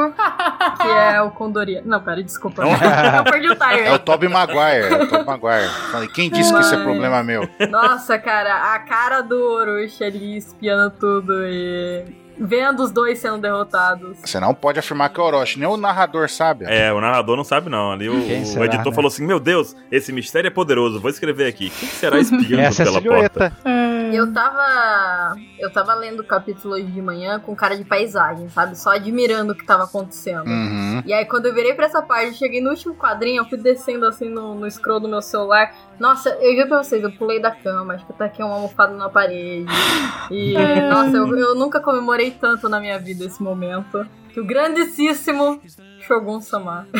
S4: que é o Condoria. Não, pera, desculpa. Eu perdi o
S5: É o
S4: timer.
S5: Toby Maguire. É o Toby Maguire. Falei, quem disse que isso é problema meu?
S4: Nossa, cara, a cara do Orochi ali espiando tudo e vendo os dois sendo derrotados.
S5: Você não pode afirmar que é o Orochi, nem o narrador sabe.
S1: É, o narrador não sabe, não. Ali o,
S2: Quem
S1: o
S2: será,
S1: editor
S2: né?
S1: falou assim: Meu Deus, esse mistério é poderoso. Vou escrever aqui. Quem será espiando
S2: Essa é a
S1: pela porta?
S2: silhueta.
S3: É.
S4: Eu tava. Eu tava lendo o capítulo hoje de manhã com cara de paisagem, sabe? Só admirando o que tava acontecendo.
S5: Uhum.
S4: E aí, quando eu virei pra essa parte, eu cheguei no último quadrinho, eu fui descendo assim no, no scroll do meu celular. Nossa, eu juro pra vocês, eu pulei da cama, acho que eu taquei uma almofada na parede. E, nossa, eu, eu nunca comemorei tanto na minha vida esse momento. Que o grandíssimo Shogun Samar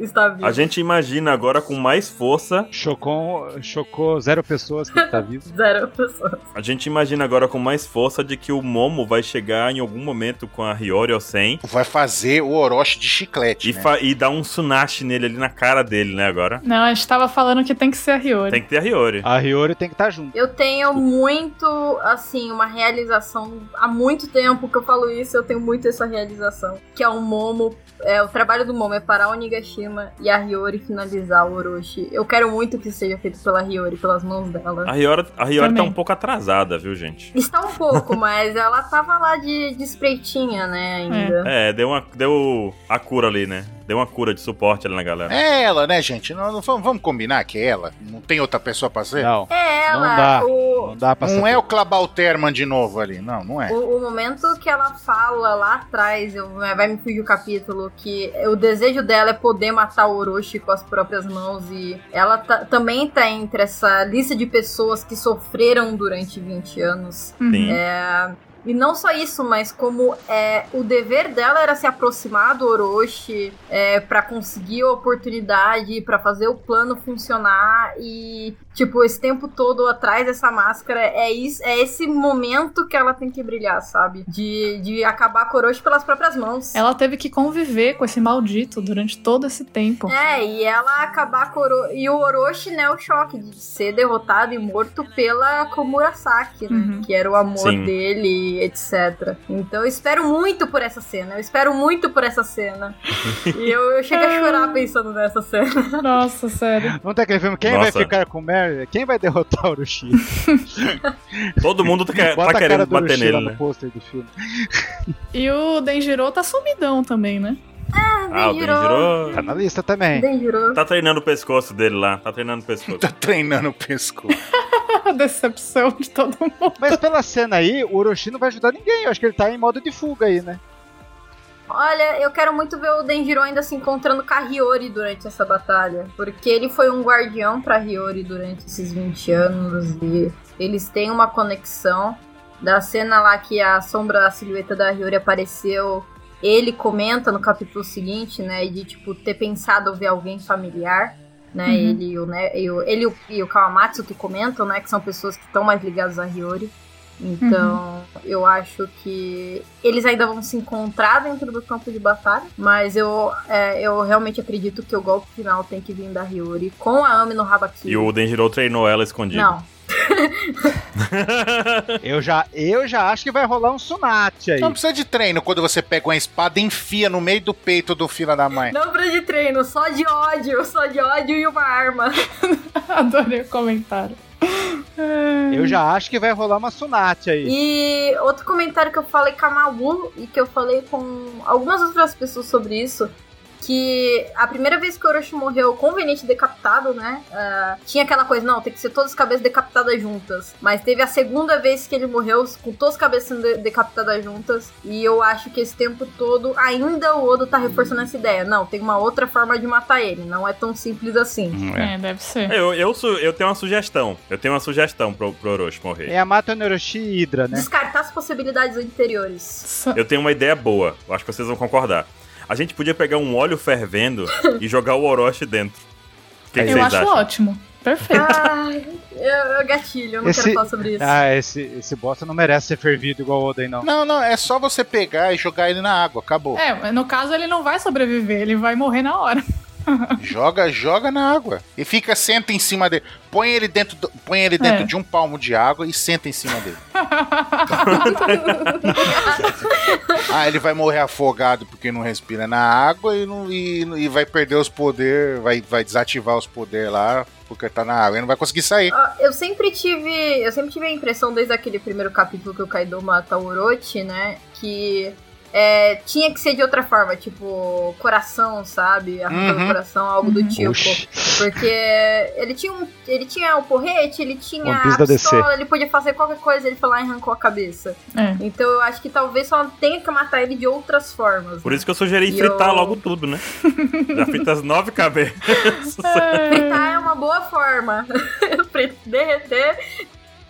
S4: está vivo.
S1: A gente imagina agora com mais força.
S2: Chocou, um, chocou zero pessoas que ele tá vivo.
S4: Zero pessoas.
S1: A gente imagina agora com mais força de que o Momo vai chegar em algum momento com a Hiyori ou sem.
S5: Vai fazer o Orochi de chiclete.
S1: E,
S5: né?
S1: fa- e dar um tsunashi nele ali na cara dele, né? Agora.
S3: Não, a gente tava falando que tem que ser a Hiyori.
S1: Tem que ter a Hiyori.
S2: A Hiyori tem que estar junto.
S4: Eu tenho muito, assim, uma realização. Há muito tempo que eu falo isso, eu tenho muito essa realização. Que é o Momo. É, o trabalho do Momo é parar o Onigashima e a Hiyori finalizar o Orochi. Eu quero muito que isso seja feito pela Hiyori, pelas mãos dela.
S1: A Hiyori, a Hiyori tá
S3: Também.
S1: um pouco atrasada, viu, gente?
S4: Está um pouco, mas ela tava lá de, de espreitinha, né, ainda.
S1: É, deu, uma, deu a cura ali, né? Deu uma cura de suporte ali na galera.
S5: É ela, né, gente? Não, não- vamos, vamos combinar que é ela. Não tem outra pessoa pra ser? Não,
S2: Não,
S4: É, ela.
S2: Não dá.
S4: O,
S2: não dá pra saber.
S5: é o Clabalterman de novo ali. Não, não é.
S4: O, o momento que ela fala lá atrás, eu- né, vai me fugir o capítulo, que o desejo dela é poder matar o Orochi com as próprias mãos e ela tá- também tá entre essa lista de pessoas que sofreram durante 20 anos.
S3: Uhum.
S1: Sim.
S2: é.
S4: E não só isso, mas como é, o dever dela era se aproximar do Orochi é, para conseguir a oportunidade, pra fazer o plano funcionar e, tipo, esse tempo todo atrás dessa máscara, é, isso, é esse momento que ela tem que brilhar, sabe? De, de acabar com o Orochi pelas próprias mãos.
S3: Ela teve que conviver com esse maldito durante todo esse tempo.
S4: É, e ela acabar com o Oro... E o Orochi, né, o choque de ser derrotado e morto pela Komurasaki, né?
S3: Uhum.
S4: Que era o amor
S1: Sim.
S4: dele, etc. Então eu espero muito por essa cena. Eu espero muito por essa cena. e eu, eu chego a chorar pensando nessa cena.
S3: Nossa, sério.
S2: Vamos ter aquele filme. Quem
S1: Nossa.
S2: vai ficar com o Mary? Quem vai derrotar o Orochi?
S1: Todo mundo tá, tá
S2: Bota a cara
S1: querendo
S2: do
S1: bater
S2: Orochi lá
S1: nele,
S2: no
S1: né?
S2: pôster do filme.
S3: E o Denjiro tá sumidão também, né?
S1: Ah, o
S4: Denjiro.
S1: Denjiro
S2: Tá na lista também.
S4: Denjiro.
S1: tá treinando o pescoço dele lá. Tá treinando o pescoço.
S5: Tá treinando o pesco.
S3: A decepção de todo mundo.
S2: Mas pela cena aí, o Orochi não vai ajudar ninguém. Eu acho que ele tá em modo de fuga aí, né?
S4: Olha, eu quero muito ver o Denjiro ainda se encontrando com a Hiyori durante essa batalha. Porque ele foi um guardião pra Hiyori durante esses 20 anos. E eles têm uma conexão. Da cena lá que a sombra, a silhueta da Hiyori apareceu. Ele comenta no capítulo seguinte, né? De tipo, ter pensado ver alguém familiar. Né,
S3: Uhum.
S4: ele, e o, ne- e o- ele e o- e o Kawamatsu que comentam, né? Que são pessoas que estão mais ligadas a Hiyori. Então, eu acho que eles ainda vão se encontrar dentro do campo de batalha, mas eu, é, eu realmente acredito que o golpe final tem que vir da Hiyori com a Ami no Habaki.
S1: E o Denjiro treinou ela escondido.
S4: Não.
S2: Eu já, eu já acho que vai rolar um Sunat aí.
S5: Não precisa de treino quando você pega uma espada e enfia no meio do peito do fila da mãe.
S4: Não pra de treino, só de ódio, só de ódio e uma arma.
S3: Adorei o comentário.
S2: Eu já acho que vai rolar uma Sunat aí.
S4: E outro comentário que eu falei com a Malu e que eu falei com algumas outras pessoas sobre isso que a primeira vez que o Orochi morreu conveniente decapitado, né? ah, tinha aquela coisa, não, tem que ser todas as cabeças decapitadas juntas. Mas teve a segunda vez que ele morreu com todas as cabeças sendo de- decapitadas juntas. E eu acho que esse tempo todo ainda o Odo tá reforçando essa ideia. Não, tem uma outra forma de matar ele. Não é tão simples assim.
S8: Hum, é.
S3: É, deve ser.
S1: Eu, eu, su- eu tenho uma sugestão. Eu tenho uma sugestão pro, pro Orochi morrer.
S2: É a Mata Neuroshi e Hydra, né?
S4: Descartar as possibilidades anteriores.
S3: Sa-
S1: Eu tenho uma ideia boa, eu acho que vocês vão concordar. A gente podia pegar um óleo fervendo e jogar o Orochi dentro. O que, que
S3: Eu
S1: vocês
S3: acho
S1: acham?
S3: ótimo. Perfeito.
S4: Ai, eu, eu gatilho, eu não
S2: Esse-
S4: quero falar sobre isso.
S2: Ah, esse, esse bosta não merece ser fervido igual o Oden, não.
S5: Não, não, é só você pegar e jogar ele na água, acabou.
S3: É, mas no caso ele não vai sobreviver, ele vai morrer na hora.
S5: Joga, joga na água. E fica, senta em cima dele. Põe ele dentro, do- põe ele dentro
S3: É.
S5: de um palmo de água e senta em cima dele. Ah, ele vai morrer afogado porque não respira na água e, não, e, e vai perder os poderes, vai, vai desativar os poderes lá porque tá na água. Ele não vai conseguir
S2: é.
S5: sair.
S4: Ah, Eu sempre tive. Eu sempre tive a impressão desde aquele primeiro capítulo que o Kaido mata o Orochi, né? Que é, tinha que ser de outra forma, tipo, coração, sabe? Arrancando
S5: Uhum.
S4: o coração, algo do tipo.
S2: Oxi.
S4: Porque ele tinha um. Ele tinha o porrete, ele tinha
S2: One
S4: a
S2: Piece da DC.
S4: pistola, ele podia fazer qualquer coisa, ele foi lá e arrancou a cabeça.
S3: É.
S4: Então eu acho que talvez só tenha que matar ele de outras formas.
S1: Por
S4: né?
S1: isso que eu sugeri
S4: E
S1: fritar
S4: eu-
S1: logo tudo, né? Já frita as nove cabeças.
S4: Fritar é uma boa forma. Frit- Derreter,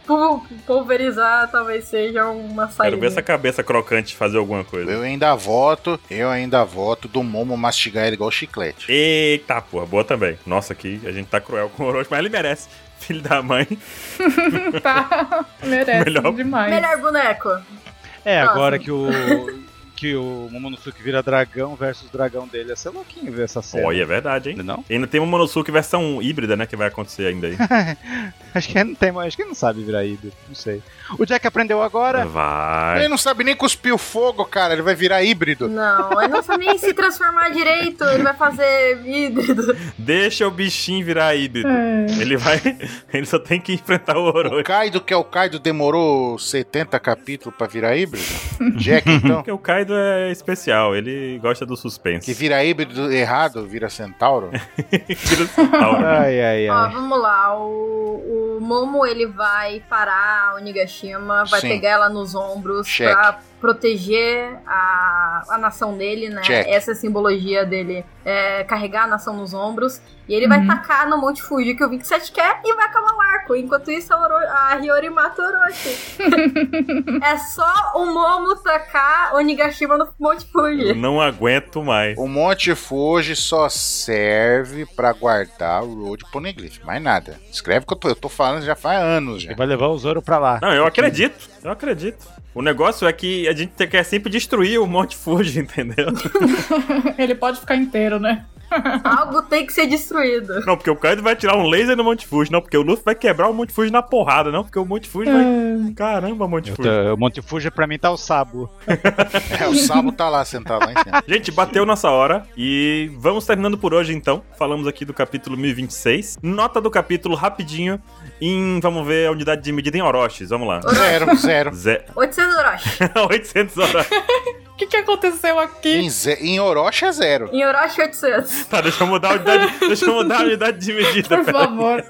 S4: pul- pulverizar talvez seja uma saída.
S1: Quero ver essa cabeça crocante fazer alguma coisa.
S5: Eu ainda voto, eu ainda voto do Momo mastigar ele igual chiclete.
S1: Eita, porra, boa também. Nossa, aqui a gente tá cruel com o Orochi, mas ele merece. Filho da mãe.
S3: Tá, merece
S1: Melhor-
S3: demais.
S4: Melhor boneco.
S2: É,
S4: Próximo.
S2: agora que o. Que o Momonosuke vira dragão versus dragão dele. Ia ser louquinho ver essa cena.
S1: Olha, é verdade, hein?
S8: Não?
S1: Ainda tem uma Monosuke versão híbrida, né? Que vai acontecer ainda aí.
S2: Acho que ele não tem mais. Acho que ele não sabe virar híbrido. Não sei. O Jack aprendeu agora.
S1: Vai.
S5: Ele não sabe nem cuspir o fogo, cara. Ele vai virar híbrido.
S4: Não, ele não sabe nem se transformar direito. Ele vai fazer híbrido.
S1: Deixa o bichinho virar híbrido.
S3: É.
S1: Ele vai. Ele só tem que enfrentar o
S5: O
S1: Orochi.
S5: Kaido, que é o Kaido, demorou 70 capítulos pra virar híbrido. Jack, então.
S1: Porque o Kaido é especial, ele gosta do suspense.
S5: Que vira híbrido errado, vira centauro.
S1: Vira centauro.
S5: né?
S4: Ó,
S2: Ai, ai, ai.
S4: Ah, vamos lá. O, o Momo ele vai parar a Onigashima, vai
S5: Sim.
S4: pegar ela nos ombros
S5: Check.
S4: pra proteger a, a nação dele, né?
S5: Check.
S4: Essa é a simbologia dele é carregar a nação nos ombros. E ele vai
S3: Uhum.
S4: tacar no Monte Fuji que o 27 quer e vai acabar o arco. Enquanto isso, a, Oro, a Hiyori mata o Orochi. é só o Momo tacar Onigashima no Monte
S1: Eu
S5: Uhum.
S4: Fuji.
S1: não aguento mais.
S5: O Monte Fuji só serve pra guardar o Road Poneglyph, mais nada. Escreve o que eu tô, eu tô falando já faz anos já.
S2: Ele vai levar o Zoro pra lá.
S1: Não, eu acredito. Eu acredito. O negócio é que a gente quer sempre destruir o Monte Fuji, entendeu?
S3: Ele pode ficar inteiro, né?
S4: Algo tem que ser destruído.
S1: Não, porque o Kaido vai tirar um laser no Monte Fuji. Não, porque o Luffy vai quebrar o Monte Fuji na porrada. Não, porque o Monte Fuji vai... Caramba, Monte
S2: Eu
S1: Fuji.
S2: tô- O Monte Fuji pra mim tá o Sabo.
S5: É, o Sabo tá lá sentado lá em cima.
S1: Gente, bateu nossa hora e vamos terminando por hoje então. Falamos aqui do capítulo 1026. Nota do capítulo rapidinho em, vamos ver, a unidade de medida em Orochis. Vamos lá.
S5: Zero, zero.
S1: Ze-
S4: 800 Orochi.
S1: 800 horas.
S3: O que, que aconteceu aqui?
S5: Em, ze- em Orochi é zero.
S4: Em Orochi 800.
S1: Tá, deixa eu mudar a unidade, deixa eu mudar a unidade de medida.
S3: Por
S1: pera.
S3: favor.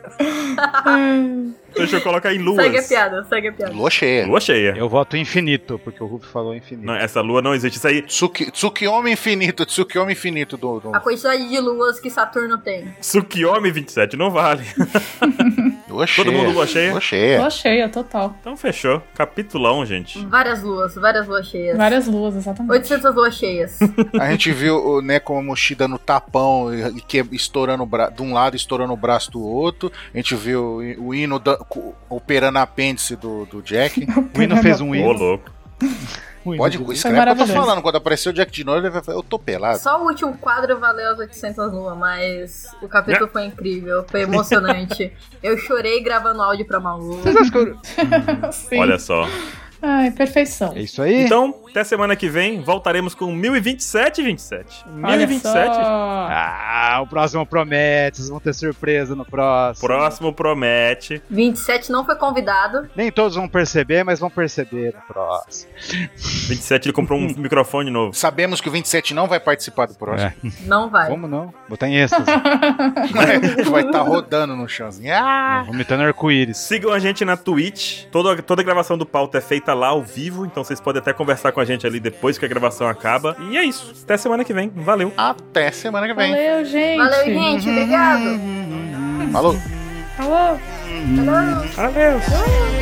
S3: Ai,
S1: Deixa eu colocar em
S4: Segue a
S1: luas.
S4: piada, segue a piada.
S5: Lua cheia.
S1: Lua cheia.
S2: Eu voto infinito, porque o Ruff falou infinito.
S1: Não, essa lua não existe. Isso aí,
S5: Tsuki, Tsukiyomi infinito, Tsukiyomi infinito do. do-
S4: A quantidade de luas que Saturno tem.
S1: Tsukiyomi 27 não vale.
S5: Lua cheia.
S1: mundo lua cheia?
S5: Lua cheia.
S3: Tô cheia, total.
S1: Então fechou. Capitulão, gente.
S4: Várias luas, várias luas cheias.
S3: Várias luas, exatamente.
S4: 800 luas cheias.
S5: A gente viu o Neko Mochida no tapão e, e que, estourando o bra- de um lado, estourando o braço do outro. A gente viu o, o hino da- co- operando a apêndice do, do Jack.
S2: O Hino fez um
S1: Ô,
S2: hino.
S1: louco.
S2: Um hino
S5: Pode escreve o
S2: de-
S5: que eu tô
S3: maravilhoso.
S5: falando. Quando apareceu o Jack de novo, ele vai falar, eu tô pelado.
S4: Só o último quadro valeu as 800 luas, mas o capítulo foi incrível, foi emocionante. Eu chorei gravando áudio pra Malu.
S2: Vocês acham que o-
S3: Sim.
S1: Olha só.
S3: Ai, perfeição.
S2: É isso aí?
S1: Então, até semana que vem, voltaremos com 1027, 27.
S3: Olha
S1: 1027?
S3: só.
S2: Ah, o próximo promete, vocês vão ter surpresa no próximo.
S1: Próximo promete.
S4: 27 não foi convidado.
S2: Nem todos vão perceber, mas vão perceber no próximo.
S1: 27 ele comprou um microfone novo.
S5: Sabemos que o 27 não vai participar do próximo.
S4: Não vai.
S2: Como não? Botar em êxtase.
S5: vai estar rodando no chão. assim. Ah!
S2: Vomitando arco-íris.
S1: Sigam a gente na Twitch. Toda, toda a gravação do pauta é feita lá ao vivo, então vocês podem até conversar com a gente ali depois que a gravação acaba. E é isso. Até semana que vem. Valeu.
S5: Até semana que vem.
S3: Valeu, gente.
S4: Valeu, gente. Obrigado.
S5: Falou.
S3: Falou.
S1: Valeu.